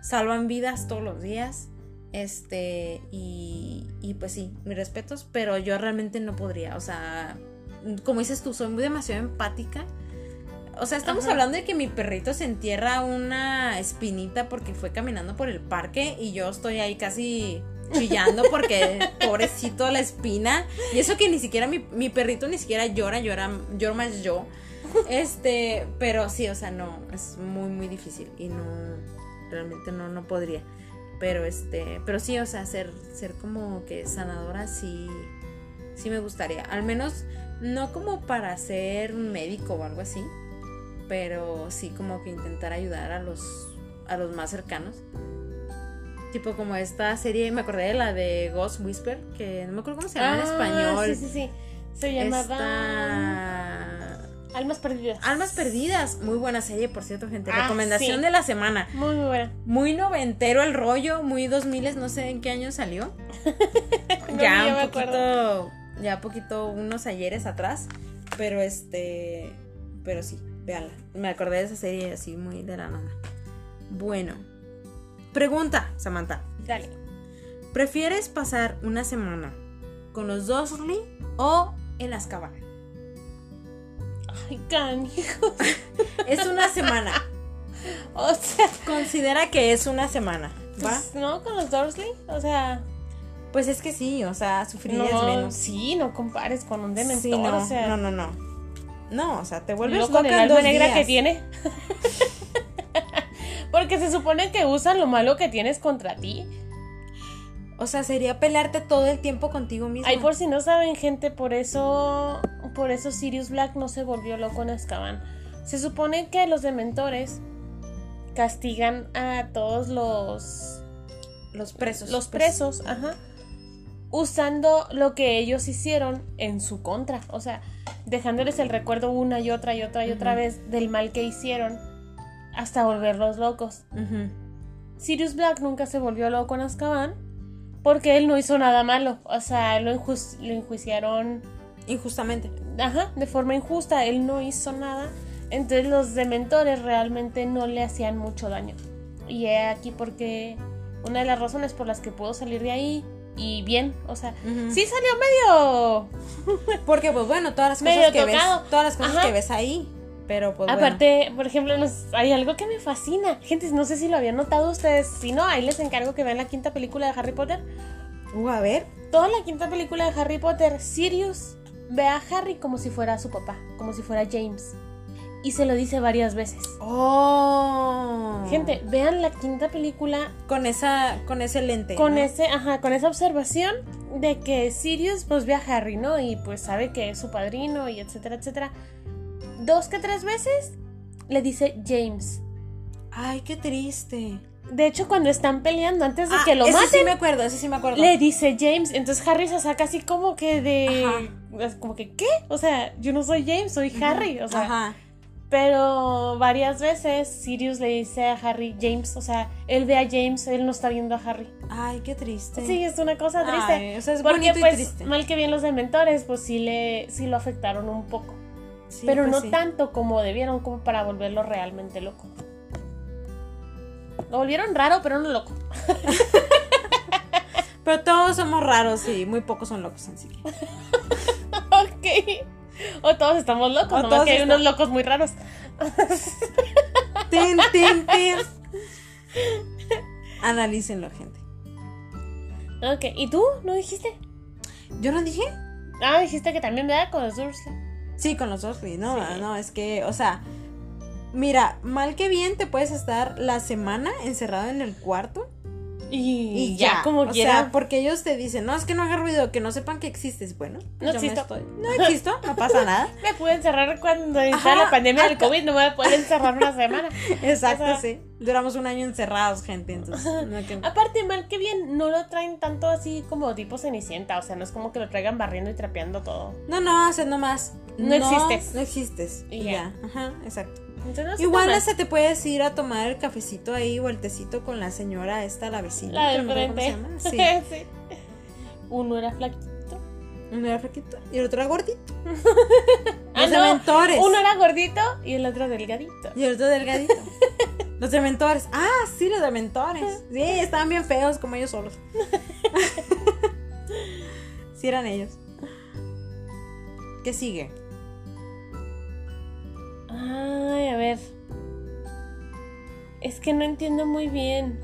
[SPEAKER 1] salvan vidas todos los días. Este, y, y pues sí, mis respetos, pero yo realmente no podría, o sea, como dices tú, soy muy demasiado empática. O sea, estamos
[SPEAKER 2] Ajá.
[SPEAKER 1] hablando de que mi perrito se entierra una espinita porque fue caminando por el parque y yo estoy ahí casi chillando porque pobrecito la espina. Y eso que ni siquiera mi, mi perrito ni siquiera llora, llora, lloro más yo. Este, pero sí, o sea, no, es muy, muy difícil y no, realmente no, no podría. Pero este, pero sí, o sea, ser, ser como que sanadora sí, sí me gustaría. Al menos no como para ser un médico o algo así, pero sí como que intentar ayudar a los, a los más cercanos. Tipo como esta serie, me acordé de la de Ghost Whisper, que no me acuerdo cómo se llama en
[SPEAKER 2] Ah,
[SPEAKER 1] español.
[SPEAKER 2] Sí, sí, sí. Se llamaba
[SPEAKER 1] Esta-
[SPEAKER 2] Almas Perdidas.
[SPEAKER 1] Almas Perdidas, muy buena serie, por cierto, gente.
[SPEAKER 2] Ah,
[SPEAKER 1] Recomendación
[SPEAKER 2] sí.
[SPEAKER 1] de la semana.
[SPEAKER 2] Muy, muy buena.
[SPEAKER 1] Muy noventero el rollo, muy 2000, no sé en qué año salió.
[SPEAKER 2] No,
[SPEAKER 1] ya
[SPEAKER 2] ni yo
[SPEAKER 1] un
[SPEAKER 2] me
[SPEAKER 1] poquito, ya poquito unos ayeres atrás, pero este, pero sí, véanla. Me acordé de esa serie así muy de la nada. Bueno, pregunta, Samantha.
[SPEAKER 2] Dale.
[SPEAKER 1] ¿Prefieres pasar una semana con los Dursley o en Azkaban?
[SPEAKER 2] Ay, canijo.
[SPEAKER 1] Es una semana.
[SPEAKER 2] O sea,
[SPEAKER 1] Considera que es una semana, ¿va?
[SPEAKER 2] pues, ¿no? Con los Dursley. O sea,
[SPEAKER 1] Pues es que sí, o sea, sufrirías
[SPEAKER 2] no,
[SPEAKER 1] menos.
[SPEAKER 2] Sí, no compares con un dementor.
[SPEAKER 1] Sí, no,
[SPEAKER 2] o sea,
[SPEAKER 1] no, no, no. No, o sea, te vuelves loca
[SPEAKER 2] Vuelves con el
[SPEAKER 1] en
[SPEAKER 2] alma
[SPEAKER 1] dos
[SPEAKER 2] negra que
[SPEAKER 1] días.
[SPEAKER 2] tiene. Porque se supone que usan lo malo que tienes contra ti.
[SPEAKER 1] O sea, sería pelearte todo el tiempo contigo mismo.
[SPEAKER 2] Ay, por si no saben, gente, por eso. Por eso Sirius Black no se volvió loco en Azkaban. Se supone que los dementores castigan a todos los.
[SPEAKER 1] Los presos.
[SPEAKER 2] los
[SPEAKER 1] pues.
[SPEAKER 2] presos, ajá, usando lo que ellos hicieron en su contra, o sea, dejándoles el recuerdo una y otra y otra y otra
[SPEAKER 1] Ujú.
[SPEAKER 2] vez del mal que hicieron hasta volverlos locos.
[SPEAKER 1] Ujú.
[SPEAKER 2] Sirius Black nunca se volvió loco en Azkaban porque él no hizo nada malo, o sea, lo, enjuiciaron
[SPEAKER 1] Injustamente.
[SPEAKER 2] ajá, de forma injusta, él no hizo nada. Entonces los dementores realmente no le hacían mucho daño. Y he aquí porque una de las razones por las que pudo salir de ahí y bien, o sea,
[SPEAKER 1] Ujú.
[SPEAKER 2] sí salió medio...
[SPEAKER 1] Porque, pues bueno, todas las cosas
[SPEAKER 2] Medio
[SPEAKER 1] que
[SPEAKER 2] tocado.
[SPEAKER 1] ves. Todas las cosas
[SPEAKER 2] Ajá.
[SPEAKER 1] que ves ahí. Pero pues. bueno.
[SPEAKER 2] Aparte, por ejemplo, los- hay algo que me fascina. Gente, no sé si lo habían notado ustedes. Si no, ahí les encargo que vean la quinta película de Harry Potter.
[SPEAKER 1] Uh, a ver.
[SPEAKER 2] Toda la quinta película de Harry Potter, Sirius ve a Harry como si fuera su papá, como si fuera James. Y se lo dice varias veces.
[SPEAKER 1] Oh.
[SPEAKER 2] Mm. Gente, vean la quinta película
[SPEAKER 1] Con esa. Con ese lente.
[SPEAKER 2] con
[SPEAKER 1] ¿no?
[SPEAKER 2] ese, ajá, con esa observación de que Sirius pues ve a Harry, ¿no? Y pues sabe que es su padrino y etcétera, etcétera. Dos que tres veces le dice James.
[SPEAKER 1] Ay, qué triste.
[SPEAKER 2] De hecho, cuando están peleando antes de
[SPEAKER 1] Ah,
[SPEAKER 2] que lo
[SPEAKER 1] ese
[SPEAKER 2] maten,
[SPEAKER 1] sí me acuerdo, ese sí me acuerdo.
[SPEAKER 2] le dice James. Entonces Harry se saca así como que de
[SPEAKER 1] Ajá.
[SPEAKER 2] es como que ¿qué? O sea, yo no soy James, soy Harry, o sea,
[SPEAKER 1] Ajá.
[SPEAKER 2] Pero varias veces Sirius le dice a Harry James, o sea, él ve a James, él no está viendo a Harry.
[SPEAKER 1] Ay, qué triste.
[SPEAKER 2] Sí, es una cosa triste.
[SPEAKER 1] Ay, o sea, es
[SPEAKER 2] Porque
[SPEAKER 1] bonito
[SPEAKER 2] pues,
[SPEAKER 1] y triste.
[SPEAKER 2] mal que bien los dementores, pues sí le sí lo afectaron un poco,
[SPEAKER 1] Sí,
[SPEAKER 2] pero
[SPEAKER 1] pues
[SPEAKER 2] no
[SPEAKER 1] sí.
[SPEAKER 2] tanto como debieron como para volverlo realmente loco. Lo volvieron raro, pero no loco.
[SPEAKER 1] Pero todos somos raros y muy pocos son locos, así que.
[SPEAKER 2] ok. O todos estamos locos,
[SPEAKER 1] O
[SPEAKER 2] nomás
[SPEAKER 1] todos
[SPEAKER 2] que hay
[SPEAKER 1] está-
[SPEAKER 2] unos locos muy raros.
[SPEAKER 1] Tin, tin, tin. Analícenlo, gente.
[SPEAKER 2] Ok, ¿y tú? ¿No dijiste?
[SPEAKER 1] ¿Yo no dije?
[SPEAKER 2] Ah, dijiste que también me da con los Dursley.
[SPEAKER 1] Sí, con los Dursley. No,
[SPEAKER 2] Sí.
[SPEAKER 1] no, es que, o sea, mira, mal que bien te puedes estar la semana encerrado en el cuarto
[SPEAKER 2] Y, ya, como
[SPEAKER 1] o
[SPEAKER 2] quiera.
[SPEAKER 1] sea, porque ellos te dicen, no, es que no haga ruido, que no sepan que existes. Bueno,
[SPEAKER 2] No
[SPEAKER 1] yo me
[SPEAKER 2] existo.
[SPEAKER 1] estoy- No existo, no pasa nada.
[SPEAKER 2] me pude encerrar cuando
[SPEAKER 1] Ajá,
[SPEAKER 2] estaba la pandemia del
[SPEAKER 1] acá-
[SPEAKER 2] COVID, no me pude encerrar una semana.
[SPEAKER 1] Exacto,
[SPEAKER 2] O sea-
[SPEAKER 1] sí. Duramos un año encerrados, gente, entonces. no hay que-
[SPEAKER 2] Aparte, mal que bien, no lo traen tanto así como tipo Cenicienta, o sea, no es como que lo traigan barriendo y trapeando todo.
[SPEAKER 1] No, no, o sea, no más.
[SPEAKER 2] No existes.
[SPEAKER 1] No existes.
[SPEAKER 2] Y
[SPEAKER 1] Y
[SPEAKER 2] ya.
[SPEAKER 1] ya. Ajá, exacto.
[SPEAKER 2] Entonces, no está
[SPEAKER 1] Igual
[SPEAKER 2] mal.
[SPEAKER 1] hasta te puedes ir a tomar el cafecito ahí o el tecito con la señora esta, la vecina.
[SPEAKER 2] La
[SPEAKER 1] que
[SPEAKER 2] del
[SPEAKER 1] no me acuerdo
[SPEAKER 2] frente.
[SPEAKER 1] cómo se llama.
[SPEAKER 2] Sí. Uno era flaquito.
[SPEAKER 1] Sí, uno era flaquito y el otro era gordito.
[SPEAKER 2] Ah,
[SPEAKER 1] Los
[SPEAKER 2] no.
[SPEAKER 1] dementores.
[SPEAKER 2] Uno era gordito y el otro delgadito.
[SPEAKER 1] Y el otro delgadito. los dementores. Ah, sí, los dementores. Sí, estaban bien feos como ellos solos. sí, eran ellos. ¿Qué sigue?
[SPEAKER 2] Ay, a ver. Es que no entiendo muy bien.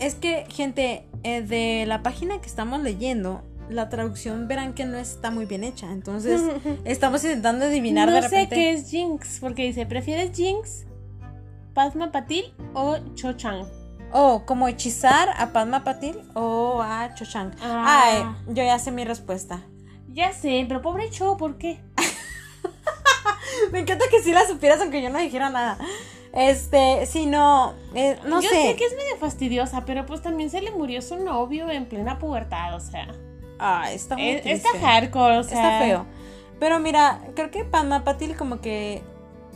[SPEAKER 1] Es que, gente, eh, de la página que estamos leyendo, la traducción verán que no está muy bien hecha. Entonces, estamos intentando adivinar
[SPEAKER 2] no
[SPEAKER 1] de
[SPEAKER 2] sé
[SPEAKER 1] repente.
[SPEAKER 2] qué es Jinx, porque dice, ¿prefieres Jinx, Padma Patil o Cho Chang?
[SPEAKER 1] O Oh, como hechizar a Padma Patil o a Cho Chang.
[SPEAKER 2] Ah.
[SPEAKER 1] Ay, yo ya sé mi respuesta.
[SPEAKER 2] Ya sé, pero pobre Cho, ¿por qué?
[SPEAKER 1] Me encanta que sí la supieras aunque yo no dijera nada. Este, si no, eh, no
[SPEAKER 2] Yo
[SPEAKER 1] sé.
[SPEAKER 2] que es medio fastidiosa, pero pues también se le murió su novio en plena pubertad, o sea.
[SPEAKER 1] Ay, está muy
[SPEAKER 2] es-
[SPEAKER 1] triste.
[SPEAKER 2] Eh, está hardcore, o sea.
[SPEAKER 1] Está feo. Pero mira, creo que Padma Patil como que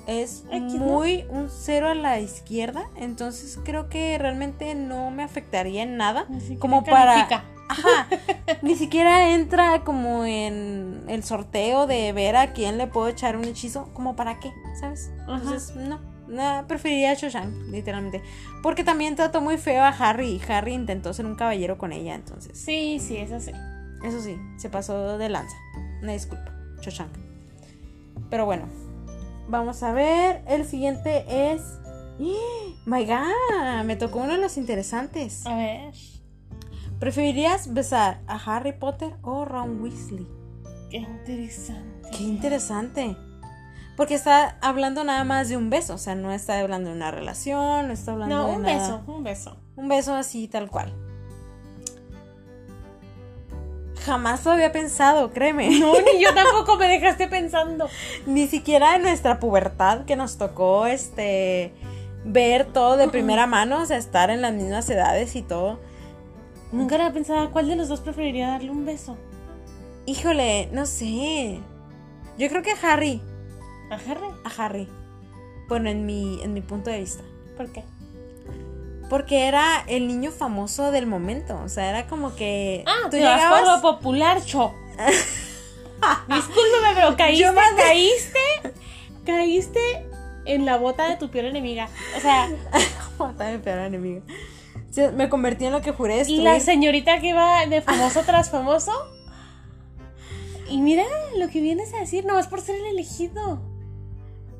[SPEAKER 1] es
[SPEAKER 2] X, ¿no?
[SPEAKER 1] muy un cero a la izquierda, entonces creo que realmente no me afectaría en nada.
[SPEAKER 2] Ni siquiera
[SPEAKER 1] Como para-
[SPEAKER 2] califica.
[SPEAKER 1] Ajá, ni siquiera entra como en el sorteo de ver a quién le puedo echar un hechizo, como para qué, ¿sabes?
[SPEAKER 2] Ajá.
[SPEAKER 1] Entonces, no, no, preferiría a Shoshan, literalmente. Porque también trató muy feo a Harry y Harry intentó ser un caballero con ella, entonces,
[SPEAKER 2] Sí, sí, es así.
[SPEAKER 1] eso sí, se pasó de lanza. Una disculpa, Shoshan. Pero bueno, vamos a ver, el siguiente es... ¡Ah! My God, me tocó uno de los interesantes.
[SPEAKER 2] A ver.
[SPEAKER 1] ¿Preferirías besar a Harry Potter o Ron Weasley?
[SPEAKER 2] Qué interesante.
[SPEAKER 1] Qué interesante. Porque está hablando nada más de un beso, o sea, no está hablando de una relación, no está hablando
[SPEAKER 2] No,
[SPEAKER 1] de
[SPEAKER 2] un
[SPEAKER 1] nada.
[SPEAKER 2] beso, un beso.
[SPEAKER 1] Un beso así tal cual. Jamás lo había pensado, créeme.
[SPEAKER 2] No, ni yo tampoco me dejaste pensando.
[SPEAKER 1] Ni siquiera en nuestra pubertad que nos tocó este ver todo de primera mano, o sea, estar en las mismas edades y todo.
[SPEAKER 2] Nunca había pensado cuál de los dos preferiría darle un beso.
[SPEAKER 1] Híjole, no sé. Yo creo que Harry,
[SPEAKER 2] ¿A Harry?
[SPEAKER 1] a Harry. Bueno, en mi, en mi punto de vista.
[SPEAKER 2] ¿Por qué?
[SPEAKER 1] Porque era el niño famoso del momento. O sea, era como que.
[SPEAKER 2] Ah, te vas por lo popular, Cho. Discúlpame, pero caíste,
[SPEAKER 1] Yo más de-
[SPEAKER 2] caíste, caíste en la bota de tu peor enemiga. O sea,
[SPEAKER 1] Mata a mi peor enemigo. Sí, me convertí en lo que juré
[SPEAKER 2] y
[SPEAKER 1] destruir.
[SPEAKER 2] la señorita que va de famoso tras famoso. Y mira lo que vienes a decir, nomás por ser el elegido.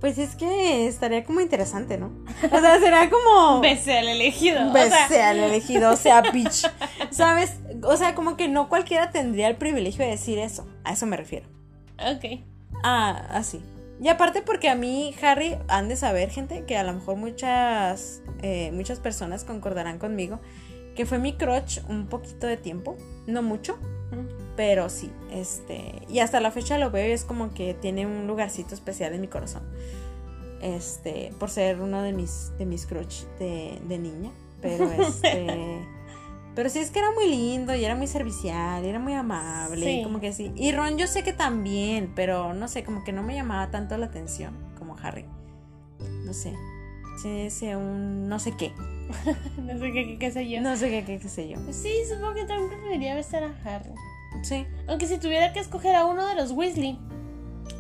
[SPEAKER 1] Pues es que estaría como interesante, ¿no? O sea, sería como.
[SPEAKER 2] Besé al elegido. o sea,
[SPEAKER 1] Besé al elegido, o sea, bitch. ¿Sabes? O sea, como que no cualquiera tendría el privilegio de decir eso. A eso me refiero.
[SPEAKER 2] ok.
[SPEAKER 1] Ah, así. Y aparte porque a mí, Harry, han de saber, gente, que a lo mejor muchas, eh, muchas personas concordarán conmigo, que fue mi crotch un poquito de tiempo, no mucho, pero sí, este, y hasta la fecha lo veo y es como que tiene un lugarcito especial en mi corazón, este, por ser uno de mis, de mis crotch de, de niña, pero este... Pero sí es que era muy lindo y era muy servicial, y era muy amable,
[SPEAKER 2] Sí.
[SPEAKER 1] y como que sí. Y Ron yo sé que también, pero no sé, como que no me llamaba tanto la atención como Harry. No sé. Sí, sí, un no sé qué.
[SPEAKER 2] No sé qué, qué, qué sé yo. Pues
[SPEAKER 1] No sé qué, qué, qué sé yo.
[SPEAKER 2] Sí, supongo que también preferiría besar a Harry.
[SPEAKER 1] Sí.
[SPEAKER 2] Aunque si tuviera que escoger a uno de los Weasley,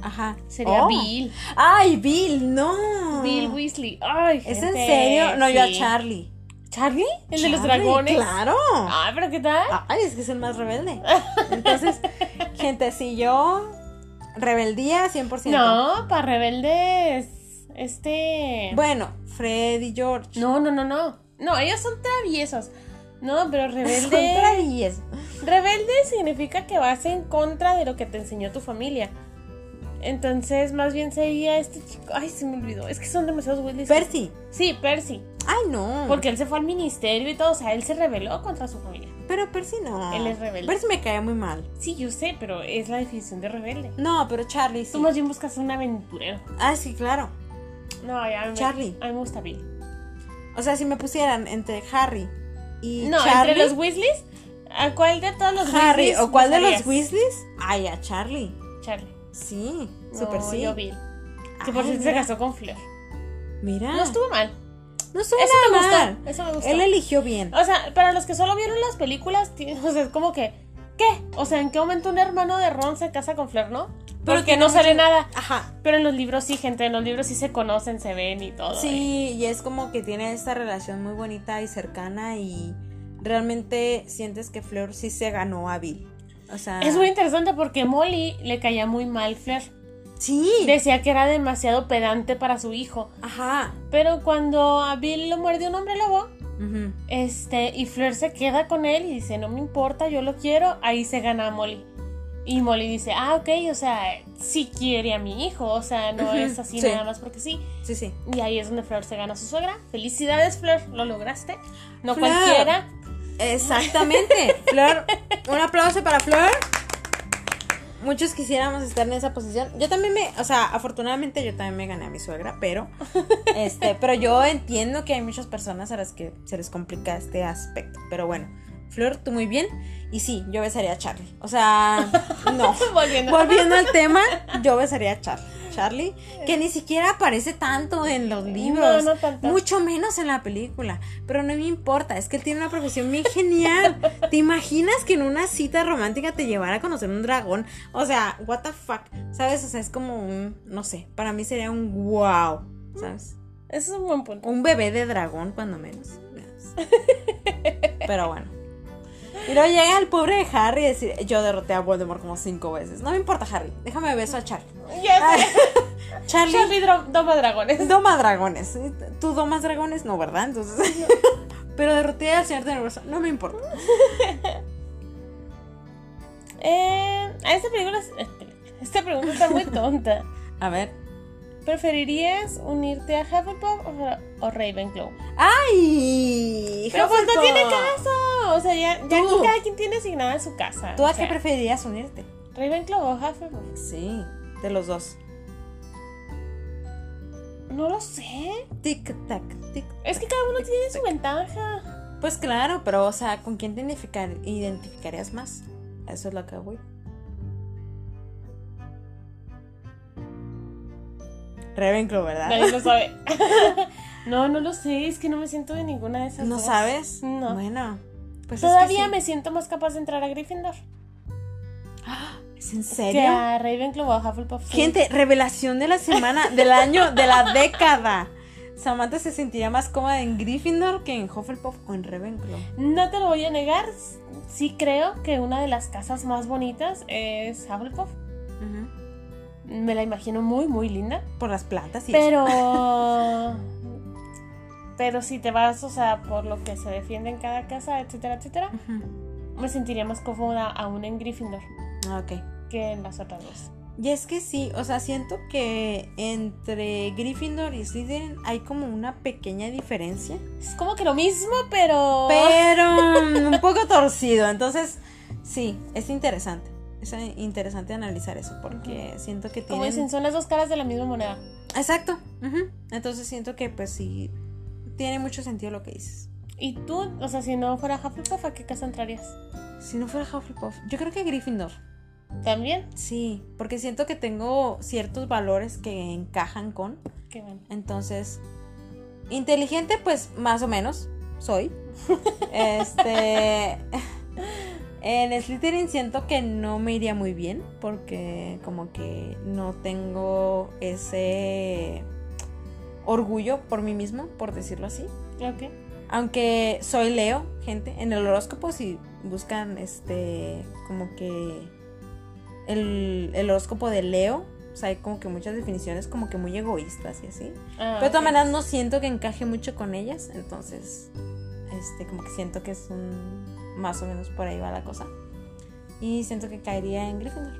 [SPEAKER 1] Ajá.
[SPEAKER 2] sería
[SPEAKER 1] Oh.
[SPEAKER 2] Bill.
[SPEAKER 1] ¡Ay, Bill! ¡No!
[SPEAKER 2] Bill Weasley. Ay,
[SPEAKER 1] Ah. ¿Es en
[SPEAKER 2] gente,
[SPEAKER 1] serio? No, yo a
[SPEAKER 2] sí.
[SPEAKER 1] Charlie.
[SPEAKER 2] ¿Charlie? ¿El de los
[SPEAKER 1] Charlie,
[SPEAKER 2] dragones?
[SPEAKER 1] ¡Claro!
[SPEAKER 2] Ah, pero ¿qué tal?
[SPEAKER 1] Ay, es que es el más rebelde. Entonces, gente, si yo. Rebeldía 100%.
[SPEAKER 2] no, para rebeldes. Este.
[SPEAKER 1] Bueno, Fred y George.
[SPEAKER 2] No, no, no, no. No, ellos son traviesos. No, pero
[SPEAKER 1] Son
[SPEAKER 2] rebelde.
[SPEAKER 1] traviesos.
[SPEAKER 2] rebelde significa que vas en contra de lo que te enseñó tu familia. Entonces, más bien sería este chico. Ay, se me olvidó. Es que son demasiados Weasleys.
[SPEAKER 1] Percy.
[SPEAKER 2] Sí, Percy.
[SPEAKER 1] Ay, no.
[SPEAKER 2] Porque él se fue al ministerio y todo, o sea, él se rebeló contra su familia.
[SPEAKER 1] Pero Percy no.
[SPEAKER 2] Él es rebelde.
[SPEAKER 1] Percy me cae muy mal.
[SPEAKER 2] Sí, yo sé, pero es la definición de rebelde.
[SPEAKER 1] No, pero Charlie sí.
[SPEAKER 2] Tú más bien buscas un aventurero.
[SPEAKER 1] Ah, sí, claro.
[SPEAKER 2] No, ya me,
[SPEAKER 1] Charlie.
[SPEAKER 2] A mí me gusta Bill.
[SPEAKER 1] O sea, si me pusieran entre Harry y
[SPEAKER 2] No,
[SPEAKER 1] Charlie.
[SPEAKER 2] entre los Weasleys, ¿a cuál de todos los
[SPEAKER 1] Harry
[SPEAKER 2] Weasleys?
[SPEAKER 1] o cuál de los
[SPEAKER 2] usarías?
[SPEAKER 1] Weasleys? Ay, a Charlie.
[SPEAKER 2] Charlie.
[SPEAKER 1] Sí,
[SPEAKER 2] No,
[SPEAKER 1] super sí. Ah,
[SPEAKER 2] Yo Bill. Que por
[SPEAKER 1] Ay,
[SPEAKER 2] cierto se
[SPEAKER 1] mira. Ah.
[SPEAKER 2] casó con Fleur.
[SPEAKER 1] Mira.
[SPEAKER 2] No estuvo mal.
[SPEAKER 1] No estuvo
[SPEAKER 2] eso me
[SPEAKER 1] nada mal.
[SPEAKER 2] gustó. Eso me gustó. Ah,
[SPEAKER 1] Él eligió bien.
[SPEAKER 2] O sea, para los que solo vieron las películas, ti- o sea, es como que. ¿Qué? O sea, ¿en qué momento un hermano de Ron se casa con Fleur, no?
[SPEAKER 1] Pero
[SPEAKER 2] Porque
[SPEAKER 1] tiene
[SPEAKER 2] no sale
[SPEAKER 1] mucho-
[SPEAKER 2] nada.
[SPEAKER 1] Ajá.
[SPEAKER 2] Pero en los libros sí, gente, en los libros sí se conocen, se ven y todo. ¿eh?
[SPEAKER 1] Sí, y es como que tiene esta relación muy bonita y cercana y realmente sientes que Fleur sí se ganó a Bill. O sea,
[SPEAKER 2] Es muy interesante porque Molly le caía muy mal Fleur.
[SPEAKER 1] Sí.
[SPEAKER 2] Decía que era demasiado pedante para su hijo.
[SPEAKER 1] Ajá.
[SPEAKER 2] Pero cuando a Bill lo muerde un hombre lobo,
[SPEAKER 1] Ujú.
[SPEAKER 2] este, y Fleur se queda con él y dice, no me importa, yo lo quiero, ahí se gana a Molly. Y Molly dice, ah, ok, o sea, sí quiere a mi hijo, o sea, no
[SPEAKER 1] Ujú,
[SPEAKER 2] es así
[SPEAKER 1] sí.
[SPEAKER 2] nada más porque sí.
[SPEAKER 1] Sí, sí.
[SPEAKER 2] Y ahí es donde Fleur se gana a su suegra. Felicidades, Fleur, lo lograste. No
[SPEAKER 1] Fleur.
[SPEAKER 2] cualquiera.
[SPEAKER 1] Exactamente. Flor, un aplauso para Flor. Muchos quisiéramos estar en esa posición. Yo también me, o sea, afortunadamente yo también me gané a mi suegra, pero este, pero yo entiendo que hay muchas personas a las que se les complica este aspecto. Pero bueno, Flor, tú muy bien. Y sí, yo besaría a Charlie. O sea, no.
[SPEAKER 2] Volviendo.
[SPEAKER 1] Volviendo al tema, yo besaría a Charlie. Charlie, que ni siquiera aparece tanto en los libros,
[SPEAKER 2] No, no tanto.
[SPEAKER 1] mucho menos en la película, pero no me importa, es que él tiene una profesión bien genial. ¿Te imaginas que en una cita romántica te llevara a conocer un dragón? O sea, what the fuck, ¿sabes? O sea, es como un, no sé, para mí sería un wow, ¿sabes?
[SPEAKER 2] Eso es un buen punto.
[SPEAKER 1] Un bebé de dragón, cuando menos. Pero bueno. Y luego llega el pobre de Harry y decir, yo derroté a Voldemort como cinco veces. No me importa, Harry. Déjame beso a Charlie.
[SPEAKER 2] Ya sé,
[SPEAKER 1] Charlie,
[SPEAKER 2] Charlie dro- doma dragones.
[SPEAKER 1] doma dragones. Tú domas dragones, no, ¿verdad? Entonces. Pero derroté al señor Tenebroso. No me importa.
[SPEAKER 2] Eh, a esta película. es- Esta pregunta está muy tonta.
[SPEAKER 1] A ver.
[SPEAKER 2] ¿Preferirías unirte a Hufflepuff o, Ra- o Ravenclaw?
[SPEAKER 1] ¡Ay!
[SPEAKER 2] Pero pues no
[SPEAKER 1] Hufflepuff!
[SPEAKER 2] tiene casa. O sea, ya, ya
[SPEAKER 1] Tú.
[SPEAKER 2] aquí cada quien tiene asignada su casa.
[SPEAKER 1] ¿Tú a
[SPEAKER 2] o sea,
[SPEAKER 1] qué preferirías unirte?
[SPEAKER 2] Ravenclaw o Hufflepuff.
[SPEAKER 1] Sí, de los dos.
[SPEAKER 2] No lo sé.
[SPEAKER 1] Tic-tac, tic.
[SPEAKER 2] Es que cada uno tiene su ventaja.
[SPEAKER 1] Pues claro, pero o sea, ¿con quién te identificar- identificarías más? A Eso es lo que voy. Ravenclaw, ¿verdad?
[SPEAKER 2] Nadie lo sabe. no, no lo sé. Es que no me siento de ninguna de esas
[SPEAKER 1] ¿No
[SPEAKER 2] dos.
[SPEAKER 1] sabes?
[SPEAKER 2] No.
[SPEAKER 1] Bueno, pues es que
[SPEAKER 2] Todavía
[SPEAKER 1] sí.
[SPEAKER 2] me siento más capaz de entrar a Gryffindor
[SPEAKER 1] ¡Ah! ¿Es en
[SPEAKER 2] que
[SPEAKER 1] serio?
[SPEAKER 2] a Ravenclaw o a Hufflepuff. sí.
[SPEAKER 1] Gente, revelación de la semana, del año, de la década. Samantha se sentiría más cómoda en Gryffindor que en Hufflepuff o en Ravenclaw.
[SPEAKER 2] No te lo voy a negar, s- sí creo que una de las casas más bonitas es Hufflepuff.
[SPEAKER 1] Ujú.
[SPEAKER 2] Me la imagino muy, muy linda.
[SPEAKER 1] Por las plantas y eso.
[SPEAKER 2] pero. pero si te vas, o sea, por lo que se defiende en cada casa, etcétera, etcétera,
[SPEAKER 1] Ujú.
[SPEAKER 2] me sentiría más cómoda aún en Gryffindor
[SPEAKER 1] Ah, Ok.
[SPEAKER 2] que en las otras dos.
[SPEAKER 1] Y es que sí, o sea, siento que entre Gryffindor y Slytherin hay como una pequeña diferencia,
[SPEAKER 2] Es como que lo mismo,
[SPEAKER 1] Oh.
[SPEAKER 2] pero.
[SPEAKER 1] pero mm, un poco torcido. Entonces, sí, es interesante. Es eh, interesante analizar eso porque siento que
[SPEAKER 2] como
[SPEAKER 1] tienen
[SPEAKER 2] dicen, son las dos caras de la misma moneda.
[SPEAKER 1] Exacto. ujú. Entonces siento que pues sí tiene mucho sentido lo que dices.
[SPEAKER 2] Y tú, o sea, si no fuera Hufflepuff, ¿a qué casa entrarías?
[SPEAKER 1] Si no fuera Hufflepuff, yo creo que Gryffindor.
[SPEAKER 2] También.
[SPEAKER 1] Sí, porque siento que tengo ciertos valores que encajan con
[SPEAKER 2] Qué bueno.
[SPEAKER 1] Entonces, inteligente, pues más o menos soy. Este. En Slytherin siento que no me iría muy bien porque como que no tengo ese orgullo por mí mismo, por decirlo así.
[SPEAKER 2] Ok.
[SPEAKER 1] Aunque soy Leo, gente, en el horóscopo si buscan este como que el, el horóscopo de Leo, o sea, hay como que muchas definiciones como que muy egoístas y así.
[SPEAKER 2] Ah,
[SPEAKER 1] Pero de todas
[SPEAKER 2] ok.
[SPEAKER 1] maneras no siento que encaje mucho con ellas, entonces, este, como que siento que es un, más o menos por ahí va la cosa. Y siento que caería en Gryffindor.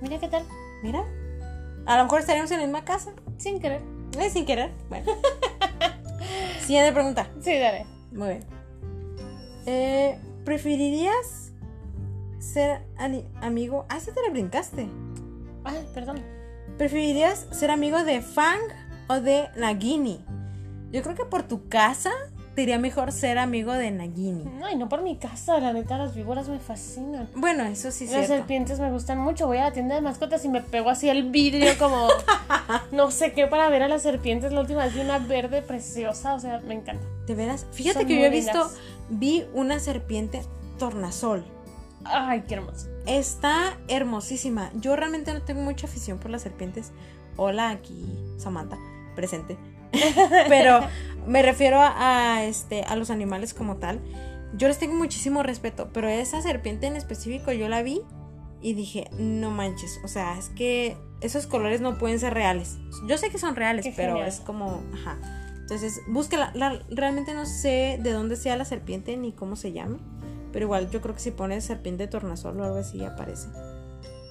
[SPEAKER 2] Mira qué tal.
[SPEAKER 1] Mira, a lo mejor estaríamos en la misma casa,
[SPEAKER 2] Sin querer.
[SPEAKER 1] eh, sin querer, bueno. Siguiente pregunta.
[SPEAKER 2] Sí, dale.
[SPEAKER 1] Muy bien. Eh, ¿Preferirías ser ani- amigo? Ah, esa te la brincaste.
[SPEAKER 2] Ay, perdón.
[SPEAKER 1] ¿Preferirías ser amigo de Fang o de Nagini? Yo creo que por tu casa te iría mejor ser amigo de Nagini.
[SPEAKER 2] Ay, no por mi casa, la neta, las víboras me fascinan.
[SPEAKER 1] Bueno, eso sí es
[SPEAKER 2] Las
[SPEAKER 1] cierto.
[SPEAKER 2] serpientes me gustan mucho. Voy a la tienda de mascotas y me pego así al vidrio como no sé qué para ver a las serpientes. La última vez vi una verde preciosa, o sea, me encanta.
[SPEAKER 1] De veras, fíjate
[SPEAKER 2] Son
[SPEAKER 1] que yo
[SPEAKER 2] muy
[SPEAKER 1] he visto,
[SPEAKER 2] lindas.
[SPEAKER 1] vi una serpiente tornasol.
[SPEAKER 2] Ay, qué hermoso.
[SPEAKER 1] Está hermosísima. Yo realmente no tengo mucha afición por las serpientes. Hola, aquí Samantha, presente. Pero me refiero a, a, este, a los animales como tal. Yo les tengo muchísimo respeto, pero esa serpiente en específico yo la vi y dije, no manches, o sea, es que esos colores no pueden ser reales. Yo sé que son reales,
[SPEAKER 2] Qué
[SPEAKER 1] pero
[SPEAKER 2] genial.
[SPEAKER 1] es como, ajá. Entonces, búsquela. La- realmente no sé de dónde sea la serpiente ni cómo se llama. Pero igual yo creo que si pones serpiente tornasol o algo así aparece.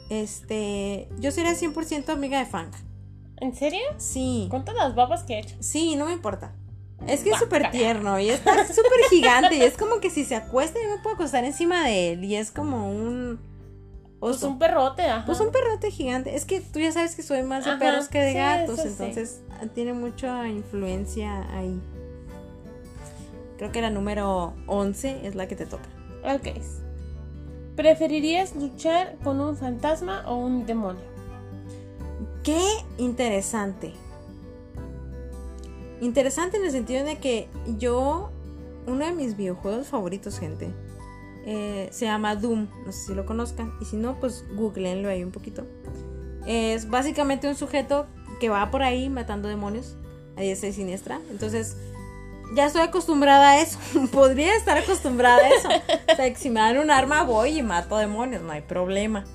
[SPEAKER 1] Este, yo sería 100% amiga de Fang.
[SPEAKER 2] ¿En serio?
[SPEAKER 1] Sí.
[SPEAKER 2] Con todas las babas que he hecho.
[SPEAKER 1] Sí, no me importa. Es que es
[SPEAKER 2] Guácala.
[SPEAKER 1] súper tierno y está súper gigante y es como que si se acuesta yo me puedo acostar encima de él y es como un
[SPEAKER 2] Pues
[SPEAKER 1] oso.
[SPEAKER 2] un perrote, ajá.
[SPEAKER 1] Pues un perrote gigante. Es que tú ya sabes que soy más de
[SPEAKER 2] Ajá,
[SPEAKER 1] perros que de
[SPEAKER 2] sí,
[SPEAKER 1] gatos,
[SPEAKER 2] eso sí.
[SPEAKER 1] entonces ah, tiene mucha influencia ahí. Creo que la número 11 es la que te toca.
[SPEAKER 2] Ok. ¿Preferirías luchar con un fantasma o un demonio?
[SPEAKER 1] Qué interesante. Interesante en el sentido de que yo, uno de mis videojuegos favoritos, gente, eh, se llama Doom. No sé si lo conozcan. Y si no, pues googleenlo ahí un poquito. Es básicamente un sujeto que va por ahí matando demonios a diestra y siniestra. Entonces, ya estoy acostumbrada a eso. Podría estar acostumbrada a eso. O sea, que si me dan un arma, voy y mato demonios. No hay problema.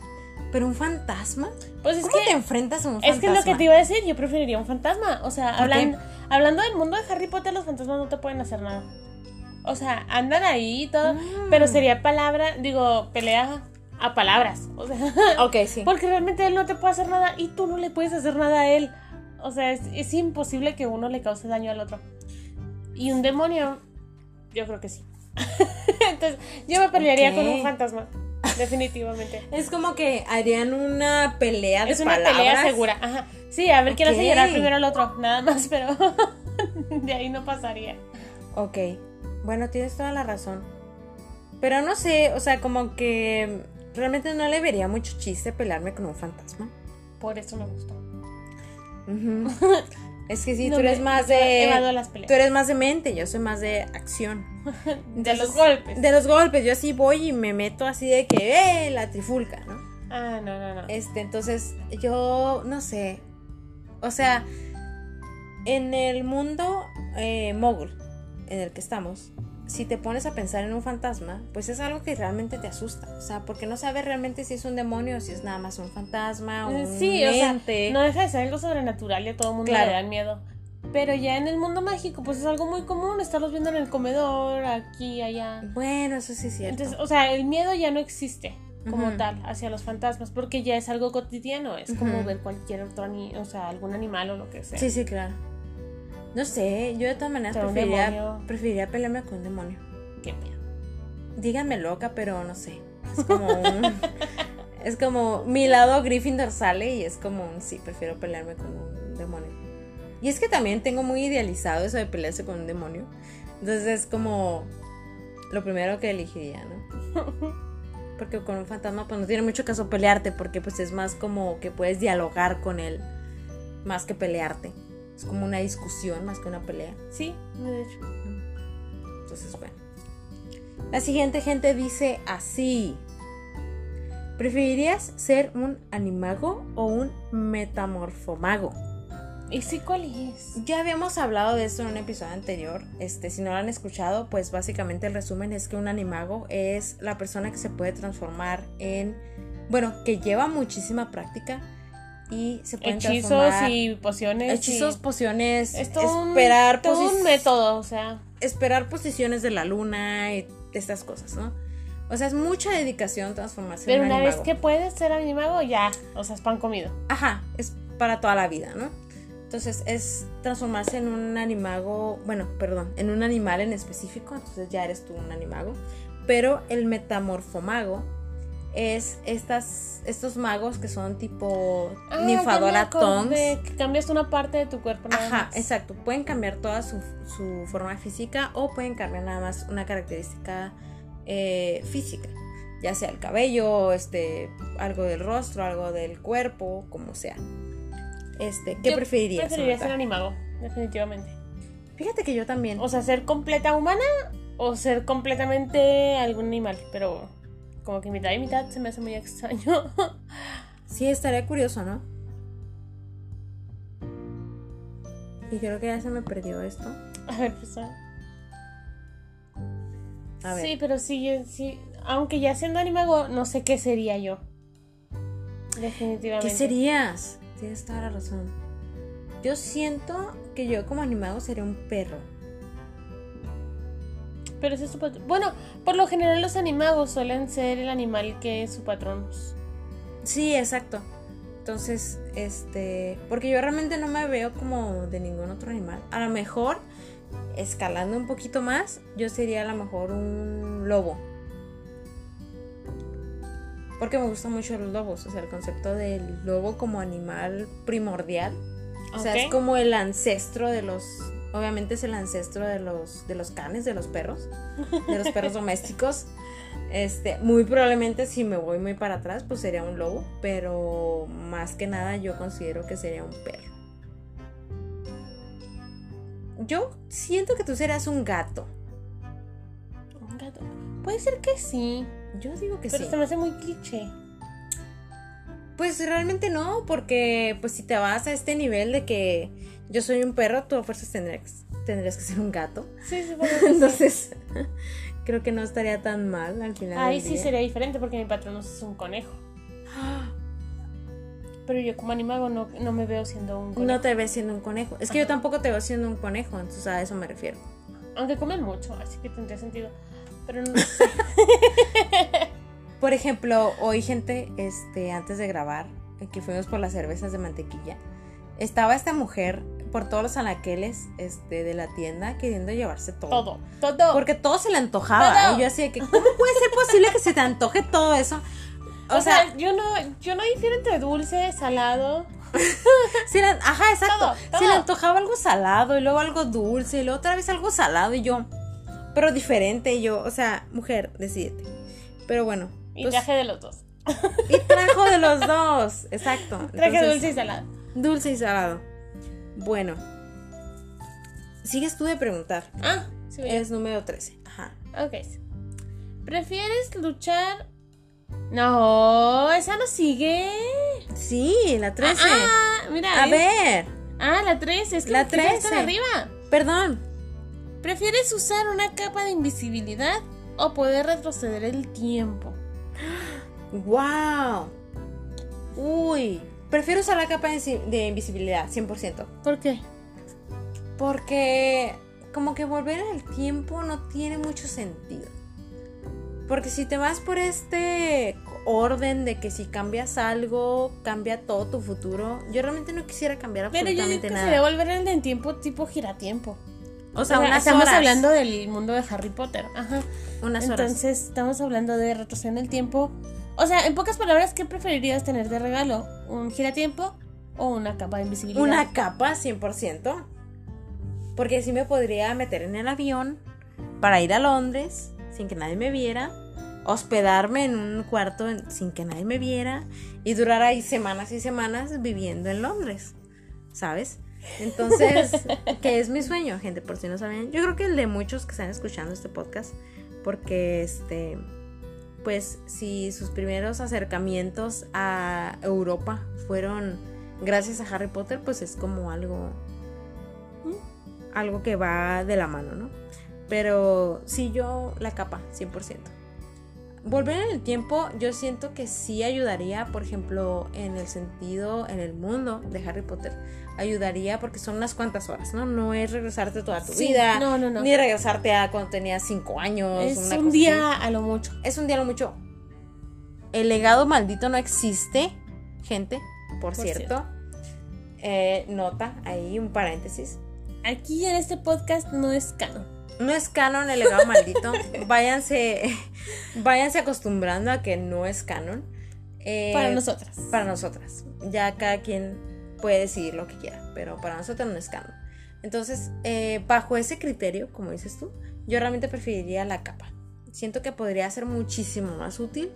[SPEAKER 1] Pero un fantasma.
[SPEAKER 2] Pues es
[SPEAKER 1] ¿Cómo
[SPEAKER 2] que
[SPEAKER 1] te enfrentas a un
[SPEAKER 2] Es
[SPEAKER 1] fantasma?
[SPEAKER 2] que es lo que te iba a decir, yo preferiría un fantasma. O sea,
[SPEAKER 1] ¿Por qué?
[SPEAKER 2] hablan- hablando del mundo de Harry Potter, los fantasmas no te pueden hacer nada. O sea, andan ahí y todo,
[SPEAKER 1] Mm.
[SPEAKER 2] pero sería palabra, digo, pelea a palabras. O sea,
[SPEAKER 1] Ok, sí.
[SPEAKER 2] porque realmente él no te puede hacer nada y tú no le puedes hacer nada a él. O sea, es, es imposible que uno le cause daño al otro. Y un demonio, yo creo que sí. Entonces, yo me pelearía con
[SPEAKER 1] Ok.
[SPEAKER 2] un fantasma, definitivamente.
[SPEAKER 1] Es como que harían una pelea de
[SPEAKER 2] Es una
[SPEAKER 1] palabras.
[SPEAKER 2] pelea segura, ajá. Sí, a ver quién hace
[SPEAKER 1] Ok.
[SPEAKER 2] llorar primero al otro, nada más, pero de ahí no pasaría.
[SPEAKER 1] Ok. Bueno, tienes toda la razón. Pero no sé, o sea, como que realmente no le vería mucho chiste pelearme con un fantasma.
[SPEAKER 2] Por eso me gustó.
[SPEAKER 1] Ujú. es que sí,
[SPEAKER 2] No
[SPEAKER 1] tú
[SPEAKER 2] me-
[SPEAKER 1] eres más
[SPEAKER 2] Evado
[SPEAKER 1] de.
[SPEAKER 2] las
[SPEAKER 1] Tú
[SPEAKER 2] peleas.
[SPEAKER 1] eres más de mente, yo soy más de acción.
[SPEAKER 2] De los
[SPEAKER 1] Entonces,
[SPEAKER 2] golpes.
[SPEAKER 1] De los golpes, yo así voy y me meto así de que, ¡eh! La trifulca, ¿no?
[SPEAKER 2] Ah, no, no, no.
[SPEAKER 1] Este, entonces, yo no sé. O sea, en el mundo eh, mogul en el que estamos, si te pones a pensar en un fantasma, pues es algo que realmente te asusta. O sea, porque no sabes realmente si es un demonio o si es nada más un fantasma o
[SPEAKER 2] Eh,
[SPEAKER 1] un
[SPEAKER 2] sí, o sea,
[SPEAKER 1] ente.
[SPEAKER 2] No deja de ser algo sobrenatural y a todo el mundo
[SPEAKER 1] Claro.
[SPEAKER 2] le dan miedo. Pero ya en el mundo mágico, pues es algo muy común estarlos viendo en el comedor, aquí, allá.
[SPEAKER 1] Bueno, eso sí es cierto.
[SPEAKER 2] Entonces, o sea, el miedo ya no existe como
[SPEAKER 1] Ujú.
[SPEAKER 2] tal hacia los fantasmas, porque ya es algo cotidiano, es como
[SPEAKER 1] Ujú.
[SPEAKER 2] ver cualquier otro, ani- o sea, algún animal o lo que sea.
[SPEAKER 1] sí, sí, claro. No sé, yo de todas maneras
[SPEAKER 2] Pero un
[SPEAKER 1] preferiría,
[SPEAKER 2] demonio.
[SPEAKER 1] preferiría pelearme con un demonio.
[SPEAKER 2] Qué miedo.
[SPEAKER 1] Díganme loca, pero no sé. Es como un- es como mi lado Gryffindor sale y es como un sí, prefiero pelearme con un demonio. Y es que también tengo muy idealizado eso de pelearse con un demonio. Entonces es como lo primero que elegiría, ¿no? Porque con un fantasma pues no tiene mucho caso pelearte porque pues es más como que puedes dialogar con él más que pelearte. Es como una discusión más que una pelea.
[SPEAKER 2] Sí, de hecho.
[SPEAKER 1] Entonces, bueno. La siguiente gente dice así. ¿Preferirías ser un animago o un metamorfomago?
[SPEAKER 2] ¿Y sí cuál es?
[SPEAKER 1] Ya habíamos hablado de esto en un episodio anterior. Este, si no lo han escuchado, pues básicamente el resumen es que un animago es la persona que se puede transformar en. Bueno, que lleva muchísima práctica y se puede
[SPEAKER 2] Hechizos
[SPEAKER 1] transformar.
[SPEAKER 2] y pociones. y-
[SPEAKER 1] Hechizos, pociones,
[SPEAKER 2] Es todo un-
[SPEAKER 1] esperar,
[SPEAKER 2] todo un,
[SPEAKER 1] posi-
[SPEAKER 2] método, o sea.
[SPEAKER 1] esperar posiciones de la luna y estas cosas, ¿no? O sea, es mucha dedicación transformarse
[SPEAKER 2] Pero
[SPEAKER 1] en un
[SPEAKER 2] una vez
[SPEAKER 1] animago.
[SPEAKER 2] que puedes ser animago, ya. O sea, es pan comido.
[SPEAKER 1] Ajá, es para toda la vida, ¿no? Entonces es transformarse en un animago, bueno, perdón, en un animal en específico, entonces ya eres tú un animago. Pero el metamorfomago es estas, estos magos que son tipo
[SPEAKER 2] Ah,
[SPEAKER 1] ninfadora
[SPEAKER 2] ya me acordé,
[SPEAKER 1] tongs.
[SPEAKER 2] Que cambiaste una parte de tu cuerpo. nada
[SPEAKER 1] Ajá,
[SPEAKER 2] más.
[SPEAKER 1] exacto. Pueden cambiar toda su, su forma física o pueden cambiar nada más una característica eh, física. Ya sea el cabello, este, algo del rostro, algo del cuerpo, como sea. Este, ¿qué
[SPEAKER 2] Yo
[SPEAKER 1] preferirías?
[SPEAKER 2] Preferiría
[SPEAKER 1] Samantha?
[SPEAKER 2] ser animago, definitivamente.
[SPEAKER 1] Fíjate que yo también.
[SPEAKER 2] O sea, ser completa humana o ser completamente algún animal. Pero como que mitad y mitad se me hace muy extraño.
[SPEAKER 1] Sí, estaría curioso, ¿no? Y creo que ya se me perdió esto.
[SPEAKER 2] A ver, pues. ah.
[SPEAKER 1] A ver.
[SPEAKER 2] Sí, pero sí, yo- sí. Aunque ya siendo animago, no sé qué sería yo. Definitivamente.
[SPEAKER 1] ¿Qué serías? Tienes toda la razón. Yo siento que yo como animado sería un perro.
[SPEAKER 2] Pero ese es su patrón. Bueno, por lo general los animagos suelen ser el animal que es su patrón.
[SPEAKER 1] Sí, exacto. Entonces, este, porque yo realmente no me veo como de ningún otro animal. A lo mejor, escalando un poquito más, yo sería a lo mejor un lobo. Porque me gustan mucho los lobos, o sea, el concepto del lobo como animal primordial. O sea, es
[SPEAKER 2] Ok.
[SPEAKER 1] como el ancestro de los, obviamente es el ancestro de los, de los canes, de los perros, de los perros domésticos. Este, muy probablemente si me voy muy para atrás, pues sería un lobo, pero más que nada yo considero que sería un perro. Yo siento que tú serás un gato.
[SPEAKER 2] Un gato. Puede ser que sí,
[SPEAKER 1] Yo digo que
[SPEAKER 2] pero
[SPEAKER 1] sí.
[SPEAKER 2] se me hace muy cliché.
[SPEAKER 1] Pues realmente no, porque pues si te vas a este nivel de que yo soy un perro, tú a fuerzas tendrías, tendrías que ser un gato.
[SPEAKER 2] Sí, supongo que sí.
[SPEAKER 1] Entonces, creo que no estaría tan mal al final.
[SPEAKER 2] Ahí
[SPEAKER 1] del
[SPEAKER 2] sí
[SPEAKER 1] día.
[SPEAKER 2] sería diferente porque mi patrón es un conejo. Pero yo como animago no, no me veo siendo un conejo.
[SPEAKER 1] No te ves siendo un conejo. Es que yo tampoco te veo siendo un conejo, entonces a eso me refiero.
[SPEAKER 2] Aunque comen mucho, así que tendría sentido. Pero no,
[SPEAKER 1] Por ejemplo, hoy, gente, este, antes de grabar, que fuimos por las cervezas de mantequilla, estaba esta mujer por todos los anaqueles este, de la tienda queriendo llevarse todo.
[SPEAKER 2] todo, todo.
[SPEAKER 1] Porque todo se le antojaba.
[SPEAKER 2] Todo.
[SPEAKER 1] Y yo así de que, ¿cómo puede ser posible que se te antoje todo eso? O,
[SPEAKER 2] o,
[SPEAKER 1] sea,
[SPEAKER 2] sea, yo no yo no difiero entre dulce, salado.
[SPEAKER 1] Sí, le- ajá, exacto.
[SPEAKER 2] Todo, todo.
[SPEAKER 1] Se le antojaba algo salado y luego algo dulce y luego otra vez algo salado y yo, pero diferente y yo, o sea, mujer, decídete. Pero bueno,
[SPEAKER 2] Y
[SPEAKER 1] pues,
[SPEAKER 2] traje de los dos.
[SPEAKER 1] y trajo de los dos, exacto.
[SPEAKER 2] Traje
[SPEAKER 1] Entonces,
[SPEAKER 2] dulce y salado.
[SPEAKER 1] Dulce y salado. Bueno, sigues tú de preguntar.
[SPEAKER 2] Ah, sí. voy yo.
[SPEAKER 1] Es número 13. Ajá.
[SPEAKER 2] Ok. ¿Prefieres luchar? No, esa no sigue.
[SPEAKER 1] Sí, la 13.
[SPEAKER 2] Ah, ah, mira.
[SPEAKER 1] A
[SPEAKER 2] es-
[SPEAKER 1] ver,
[SPEAKER 2] Ah, la 3. Es que
[SPEAKER 1] La
[SPEAKER 2] la 3 está
[SPEAKER 1] 13.
[SPEAKER 2] arriba.
[SPEAKER 1] perdón.
[SPEAKER 2] ¿Prefieres usar una capa de invisibilidad o poder retroceder el tiempo?
[SPEAKER 1] ¡Wow! Uy, prefiero usar la capa de insi- de invisibilidad, 100%.
[SPEAKER 2] ¿Por qué?
[SPEAKER 1] Porque como que volver al tiempo no tiene mucho sentido. Porque si te vas por este orden de que si cambias algo, cambia todo tu futuro, yo realmente no quisiera cambiar
[SPEAKER 2] Pero yo digo
[SPEAKER 1] absolutamente
[SPEAKER 2] que sería
[SPEAKER 1] nada.
[SPEAKER 2] volver en el tiempo tipo giratiempo.
[SPEAKER 1] O
[SPEAKER 2] O
[SPEAKER 1] sea,
[SPEAKER 2] sea,
[SPEAKER 1] unas
[SPEAKER 2] estamos
[SPEAKER 1] horas,
[SPEAKER 2] hablando del mundo de Harry Potter. Ajá.
[SPEAKER 1] unas horas.
[SPEAKER 2] Entonces, estamos hablando de retroceder el tiempo. O sea, en pocas palabras, ¿qué preferirías tener de regalo? ¿Un giratiempo o una capa de invisibilidad?
[SPEAKER 1] Una capa 100%. Porque así me podría meter en el avión para ir a Londres sin que nadie me viera, hospedarme en un cuarto en- sin que nadie me viera y durar ahí semanas y semanas viviendo en Londres, ¿sabes? Entonces, que es mi sueño, gente, por si no saben. Yo creo que el de muchos que están escuchando este podcast, porque este, pues si sus primeros acercamientos a Europa fueron gracias a Harry Potter, pues es como algo ¿Mm? algo que va de la mano, ¿no? Pero sí yo la capa 100%. Volver en el tiempo yo siento que sí ayudaría, por ejemplo, en el sentido en el mundo de Harry Potter. Ayudaría porque son unas cuantas horas, ¿no? No es regresarte toda tu
[SPEAKER 2] Sí,
[SPEAKER 1] vida.
[SPEAKER 2] no, no, no.
[SPEAKER 1] Ni regresarte a cuando tenías 5 años.
[SPEAKER 2] Es
[SPEAKER 1] una
[SPEAKER 2] un
[SPEAKER 1] cosa así
[SPEAKER 2] día a lo mucho.
[SPEAKER 1] es un diálogo mucho. El legado maldito no existe, gente, por,
[SPEAKER 2] Por
[SPEAKER 1] cierto. eh, nota, ahí un paréntesis.
[SPEAKER 2] Aquí en este podcast no es canon.
[SPEAKER 1] No es canon el legado maldito. Váyanse, váyanse acostumbrando a que no es canon. Eh,
[SPEAKER 2] para nosotras.
[SPEAKER 1] Para nosotras. Ya cada quien puede decidir lo que quiera, pero para nosotros no es canon. Entonces, eh, bajo ese criterio, como dices tú, yo realmente preferiría la capa. Siento que podría ser muchísimo más útil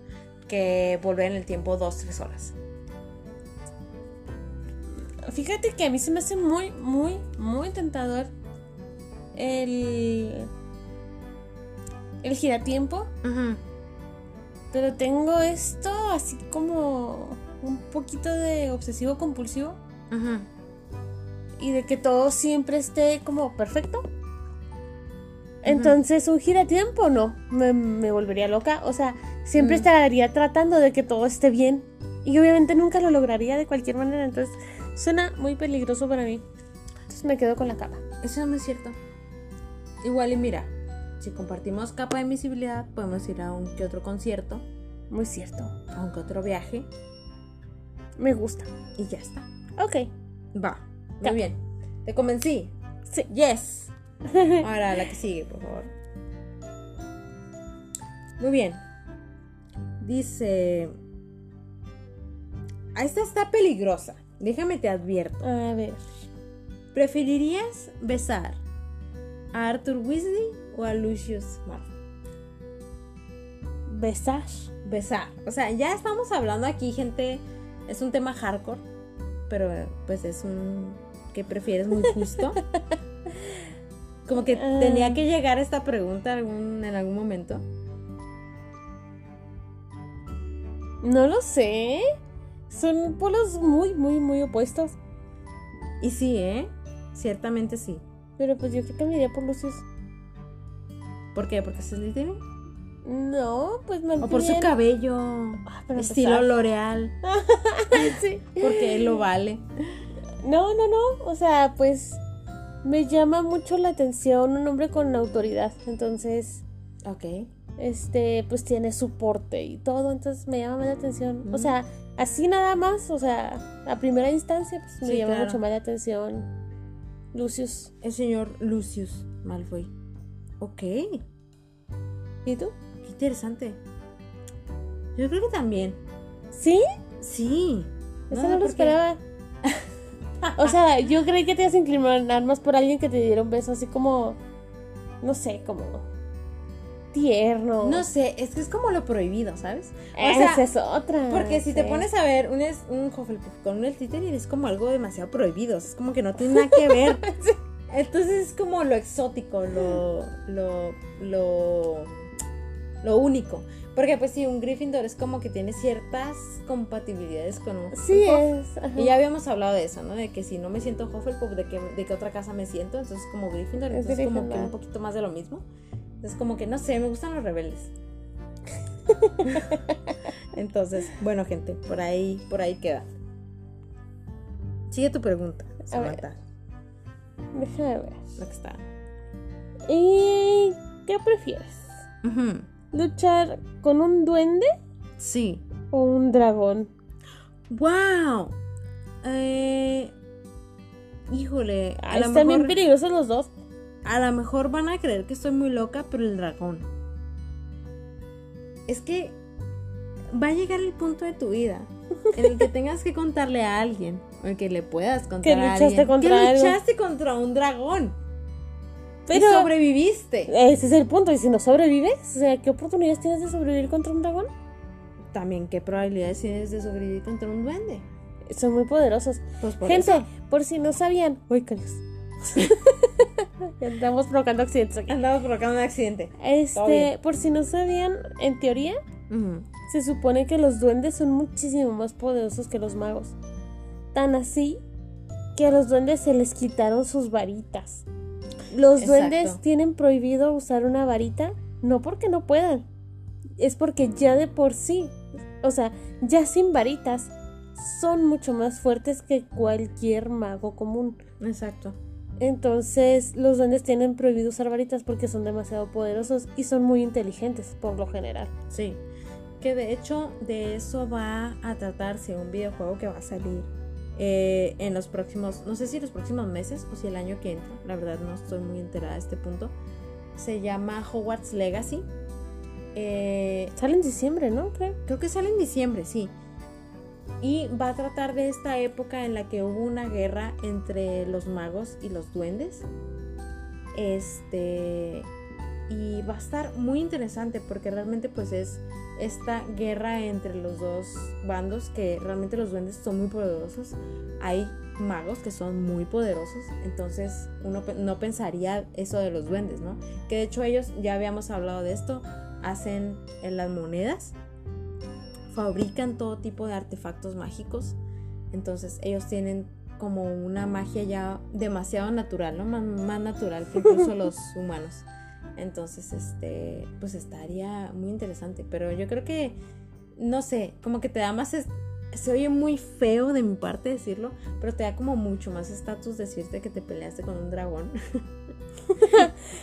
[SPEAKER 1] que volver en el tiempo dos, tres horas.
[SPEAKER 2] Fíjate que a mí se me hace muy, muy, muy tentador el. el giratiempo.
[SPEAKER 1] Ujú.
[SPEAKER 2] Pero tengo esto así como un poquito de obsesivo compulsivo.
[SPEAKER 1] Ujú.
[SPEAKER 2] y de que todo siempre esté como perfecto. Entonces un giratiempo no, me, me volvería loca. O sea, siempre
[SPEAKER 1] Mm.
[SPEAKER 2] estaría tratando de que todo esté bien. Y obviamente nunca lo lograría de cualquier manera. Entonces suena muy peligroso para mí. Entonces me quedo con la capa.
[SPEAKER 1] Eso no es cierto. Igual y mira, si compartimos capa de invisibilidad, podemos ir a un que otro concierto,
[SPEAKER 2] Muy cierto.
[SPEAKER 1] a un que otro viaje
[SPEAKER 2] Me gusta.
[SPEAKER 1] y ya está.
[SPEAKER 2] Ok.
[SPEAKER 1] Va, muy
[SPEAKER 2] Capa.
[SPEAKER 1] bien. Te convencí.
[SPEAKER 2] Sí.
[SPEAKER 1] Yes. Ahora la que sigue, por favor. Muy bien. Dice. "Ah, Esta está peligrosa. Déjame te advierto.
[SPEAKER 2] A ver.
[SPEAKER 1] ¿Preferirías besar a Arthur Weasley o a Lucius Malfoy?
[SPEAKER 2] Besar.
[SPEAKER 1] besar. O sea, ya estamos hablando aquí, gente. Es un tema hardcore, pero pues es un que prefieres muy justo. Como que
[SPEAKER 2] Ah.
[SPEAKER 1] tenía que llegar esta pregunta algún, en algún momento.
[SPEAKER 2] No lo sé. Son polos muy, muy, muy opuestos.
[SPEAKER 1] Y sí, ¿eh? Ciertamente sí.
[SPEAKER 2] Pero pues yo creo que me iría por luces.
[SPEAKER 1] ¿Por qué? ¿Porque es Slytherin?
[SPEAKER 2] No, pues me
[SPEAKER 1] O por su cabello.
[SPEAKER 2] Ah, para
[SPEAKER 1] estilo
[SPEAKER 2] empezar.
[SPEAKER 1] L'Oreal.
[SPEAKER 2] Sí.
[SPEAKER 1] Porque él lo vale.
[SPEAKER 2] No, no, no. O sea, pues me llama mucho la atención un hombre con autoridad. Entonces,
[SPEAKER 1] Ok.
[SPEAKER 2] este, pues tiene su porte y todo. Entonces me llama más la atención. O sea, así nada más. O sea, a primera instancia, pues me
[SPEAKER 1] Sí,
[SPEAKER 2] llama
[SPEAKER 1] claro.
[SPEAKER 2] mucho más la atención. Lucius,
[SPEAKER 1] El señor Lucius Malfoy. Ok.
[SPEAKER 2] ¿y tú?
[SPEAKER 1] Qué interesante. Yo creo que también.
[SPEAKER 2] ¿Sí?
[SPEAKER 1] Sí.
[SPEAKER 2] Eso no, lo
[SPEAKER 1] porque-
[SPEAKER 2] esperaba. o sea, yo creí que te ibas a inclinar más por alguien que te diera un beso así como. No sé, como. Tierno.
[SPEAKER 1] No sé, es que es como lo prohibido, ¿sabes?
[SPEAKER 2] Ah,
[SPEAKER 1] o sea,
[SPEAKER 2] esa es otra.
[SPEAKER 1] Porque si te
[SPEAKER 2] Ah, sí.
[SPEAKER 1] pones a ver un, es- un Hufflepuff con un Slytherin es como algo demasiado prohibido, es como que no tiene nada que ver. Entonces es como lo exótico, lo, lo, lo, lo único. Porque pues sí, un Gryffindor es como que tiene ciertas compatibilidades con un
[SPEAKER 2] Sí,
[SPEAKER 1] Hufflepuff.
[SPEAKER 2] es. ajá.
[SPEAKER 1] Y ya habíamos hablado de eso, ¿no? De que si no me siento Hufflepuff, ¿de qué, de qué otra casa me siento? Entonces como Gryffindor,
[SPEAKER 2] Es
[SPEAKER 1] entonces como que
[SPEAKER 2] Gryffindor.
[SPEAKER 1] un poquito más de lo mismo. Entonces como que, no sé, me gustan los rebeldes. entonces, bueno, gente, por ahí, por ahí queda. Sigue tu pregunta, Samantha,
[SPEAKER 2] Déjame ver.
[SPEAKER 1] la que está.
[SPEAKER 2] ¿Y qué prefieres?
[SPEAKER 1] Ujú,
[SPEAKER 2] ¿Luchar con un duende
[SPEAKER 1] Sí.
[SPEAKER 2] o un dragón?
[SPEAKER 1] ¡Wow! Eh, híjole, a
[SPEAKER 2] Ay,
[SPEAKER 1] lo
[SPEAKER 2] están bien
[SPEAKER 1] mejor-
[SPEAKER 2] peligrosos los dos.
[SPEAKER 1] A lo mejor van a creer que estoy muy loca, pero el dragón. Es que va a llegar el punto de tu vida en el que tengas que contarle a alguien, o el que le puedas contar
[SPEAKER 2] Que
[SPEAKER 1] a
[SPEAKER 2] luchaste
[SPEAKER 1] alguien,
[SPEAKER 2] contra
[SPEAKER 1] que
[SPEAKER 2] algo.
[SPEAKER 1] luchaste contra un dragón
[SPEAKER 2] Pero Eh.
[SPEAKER 1] y sobreviviste.
[SPEAKER 2] ese es el punto. ¿Y si no sobrevives? O sea, ¿qué oportunidades tienes de sobrevivir contra un dragón?
[SPEAKER 1] También, ¿qué probabilidades tienes de sobrevivir contra un duende?
[SPEAKER 2] Son muy poderosos.
[SPEAKER 1] Pues por
[SPEAKER 2] Gente,
[SPEAKER 1] eso
[SPEAKER 2] por si no sabían. Uy, caras. ya estamos provocando accidentes aquí.
[SPEAKER 1] andamos provocando un accidente.
[SPEAKER 2] Este,
[SPEAKER 1] bien.
[SPEAKER 2] por si no sabían, en teoría,
[SPEAKER 1] Ujú.
[SPEAKER 2] Se supone que los duendes son muchísimo más poderosos que los magos. Tan así que a los duendes se les quitaron sus varitas. Los
[SPEAKER 1] Exacto.
[SPEAKER 2] duendes tienen prohibido usar una varita, no porque no puedan, es porque ya de por sí, o sea, ya sin varitas, son mucho más fuertes que cualquier mago común.
[SPEAKER 1] Exacto.
[SPEAKER 2] Entonces, los duendes tienen prohibido usar varitas porque son demasiado poderosos y son muy inteligentes por lo general.
[SPEAKER 1] Sí. Que de hecho de eso va a tratarse un videojuego que va a salir eh, en los próximos, no sé si los próximos meses o si el año que entra, la verdad no estoy muy enterada de este punto. Se llama Hogwarts Legacy. Eh,
[SPEAKER 2] Sale en diciembre, ¿no? Creo.
[SPEAKER 1] creo que sale en diciembre, sí. Y va a tratar de esta época en la que hubo una guerra entre los magos y los duendes. Este. Y va a estar muy interesante porque realmente pues es esta guerra entre los dos bandos que realmente los duendes son muy poderosos. Hay magos que son muy poderosos, entonces uno pe- no pensaría eso de los duendes, ¿no? Que de hecho ellos, ya habíamos hablado de esto, hacen en las monedas, fabrican todo tipo de artefactos mágicos, entonces ellos tienen como una magia ya demasiado natural, ¿no? Más, más natural que incluso los humanos. Entonces, este, pues estaría muy interesante. Pero yo creo que, no sé, como que te da más, es- se oye muy feo de mi parte decirlo, pero te da como mucho más estatus decirte que te peleaste con un dragón.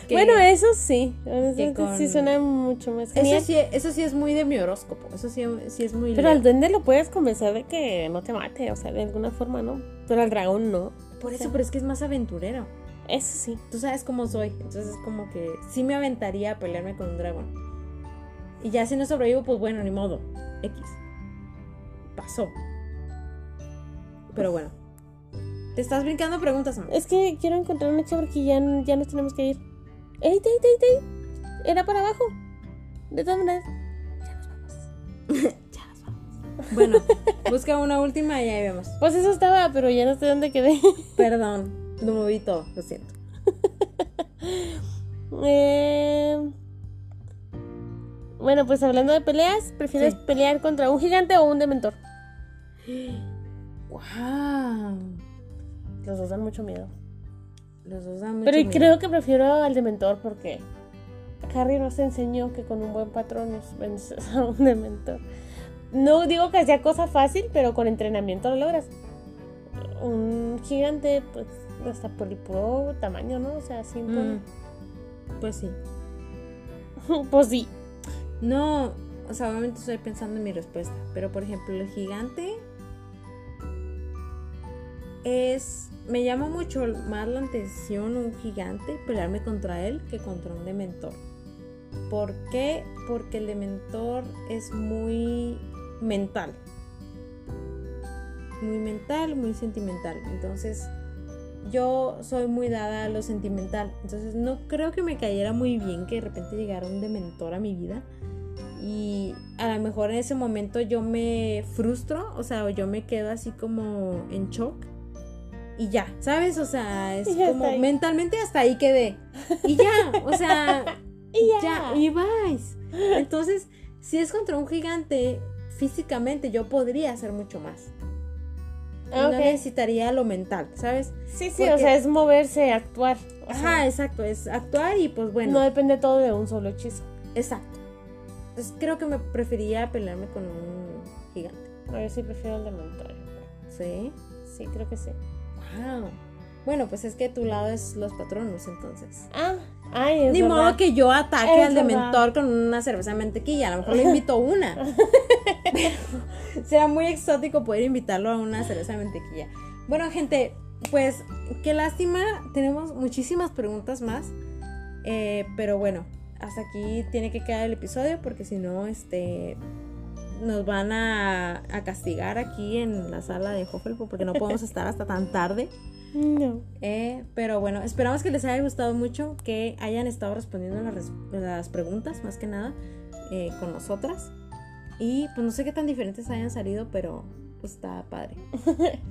[SPEAKER 1] Que-
[SPEAKER 2] Bueno, eso sí. Honestamente,
[SPEAKER 1] con-
[SPEAKER 2] Sí suena mucho más genial.
[SPEAKER 1] eso sí, eso sí es muy de mi horóscopo, eso sí, sí es muy...
[SPEAKER 2] Pero
[SPEAKER 1] Leo.
[SPEAKER 2] al duende lo puedes convencer de que no te mate, o sea, de alguna forma no. Pero al dragón no.
[SPEAKER 1] Por
[SPEAKER 2] sí.
[SPEAKER 1] eso, pero es que es más aventurero.
[SPEAKER 2] Eso sí.
[SPEAKER 1] Tú sabes cómo soy, entonces es como que sí me aventaría a pelearme con un dragón. Y ya si no sobrevivo, pues bueno, ni modo. X. Pasó. Pero bueno. Te estás brincando preguntas, amor.
[SPEAKER 2] Es que quiero encontrar una chava porque ya, ya nos tenemos que ir. ¡Ey, ey, ey, ey! Era para abajo. De todas maneras.
[SPEAKER 1] Bueno, busca una última y ahí vemos.
[SPEAKER 2] Pues eso estaba, pero ya no sé dónde quedé.
[SPEAKER 1] Perdón, lo moví todo, lo siento.
[SPEAKER 2] Eh, Bueno, pues hablando de peleas, ¿prefieres
[SPEAKER 1] Sí.
[SPEAKER 2] pelear contra un gigante o un dementor?
[SPEAKER 1] ¡Wow!
[SPEAKER 2] Los dos dan mucho miedo.
[SPEAKER 1] Los dos dan mucho
[SPEAKER 2] Pero
[SPEAKER 1] miedo.
[SPEAKER 2] creo que prefiero al dementor porque Harry nos enseñó que con un buen patrón es vencer a un dementor. No digo que sea cosa fácil, pero con entrenamiento lo logras. Un gigante, pues, hasta por el puro tamaño, ¿no? O sea, así
[SPEAKER 1] Mm, Pues sí.
[SPEAKER 2] Pues sí.
[SPEAKER 1] No, o sea, obviamente estoy pensando en mi respuesta, pero por ejemplo, el gigante es me llama mucho más la atención un gigante pelearme contra él que contra un dementor. ¿Por qué? Porque el dementor es muy mental. Muy mental, muy sentimental. Entonces, yo soy muy dada a lo sentimental. Entonces, no creo que me cayera muy bien que de repente llegara un dementor a mi vida. Y a lo mejor en ese momento yo me frustro, o sea, o yo me quedo así como en shock. Y ya, ¿sabes? O sea, es
[SPEAKER 2] Y hasta
[SPEAKER 1] como
[SPEAKER 2] ahí.
[SPEAKER 1] mentalmente hasta ahí quedé. Y ya, o sea,
[SPEAKER 2] Y ya. Ah,
[SPEAKER 1] y vais. Entonces, si es contra un gigante, físicamente yo podría hacer mucho más. Y
[SPEAKER 2] Ah,
[SPEAKER 1] No
[SPEAKER 2] ok.
[SPEAKER 1] necesitaría lo mental, ¿sabes?
[SPEAKER 2] Sí, sí, o
[SPEAKER 1] porque-
[SPEAKER 2] sea, es moverse, actuar. O sea,
[SPEAKER 1] Ajá, exacto, es actuar y pues bueno,
[SPEAKER 2] No depende todo de un solo hechizo.
[SPEAKER 1] exacto. Entonces creo que me preferiría pelearme con un gigante.
[SPEAKER 2] A ver si prefiero el dementor.
[SPEAKER 1] Sí.
[SPEAKER 2] Sí, creo que sí.
[SPEAKER 1] Wow. Bueno, pues es que tu lado es los patronos, entonces.
[SPEAKER 2] Ah, ay, es
[SPEAKER 1] Ni
[SPEAKER 2] verdad.
[SPEAKER 1] modo que yo ataque
[SPEAKER 2] Es
[SPEAKER 1] al
[SPEAKER 2] verdad.
[SPEAKER 1] dementor con una cerveza de mantequilla, a lo mejor le invito una. Pero será muy exótico poder invitarlo a una cerveza de mantequilla. Bueno, gente, pues qué lástima, tenemos muchísimas preguntas más. Eh, pero bueno, hasta aquí tiene que quedar el episodio porque si no, este nos van a, a castigar aquí en la sala de Hufflepuff porque no podemos estar hasta tan tarde.
[SPEAKER 2] No.
[SPEAKER 1] Eh, pero bueno, esperamos que les haya gustado mucho, que hayan estado respondiendo las, res- las preguntas, más que nada, eh, con nosotras. Y pues no sé qué tan diferentes hayan salido, pero pues está padre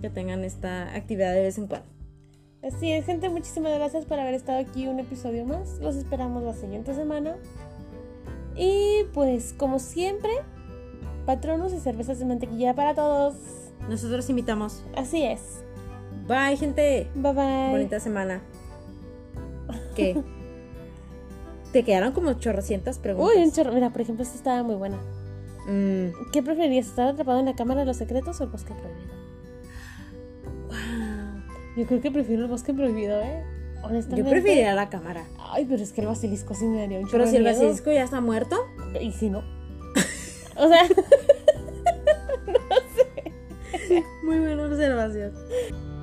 [SPEAKER 1] que tengan esta actividad de vez en cuando.
[SPEAKER 2] Así es, gente, muchísimas gracias por haber estado aquí un episodio más. Los esperamos la siguiente semana. Y pues, como siempre, patronos y cervezas de mantequilla para todos.
[SPEAKER 1] Nosotros invitamos.
[SPEAKER 2] Así es.
[SPEAKER 1] Bye, gente.
[SPEAKER 2] Bye bye.
[SPEAKER 1] Bonita semana. ¿Qué? Te quedaron como chorrocientas preguntas.
[SPEAKER 2] Uy, un chorro. Mira, por ejemplo, esta estaba muy buena.
[SPEAKER 1] Mm,
[SPEAKER 2] ¿Qué preferirías, estar atrapado en la cámara de los secretos o el bosque prohibido?
[SPEAKER 1] wow.
[SPEAKER 2] Yo creo que prefiero el bosque prohibido, ¿eh? Honestamente.
[SPEAKER 1] Yo preferiría la cámara.
[SPEAKER 2] Ay, pero es que el basilisco sí me daría un chorro
[SPEAKER 1] Pero si
[SPEAKER 2] de
[SPEAKER 1] el
[SPEAKER 2] miedo.
[SPEAKER 1] basilisco ya está muerto.
[SPEAKER 2] ¿Y si no? o sea,
[SPEAKER 1] Muy buena observación.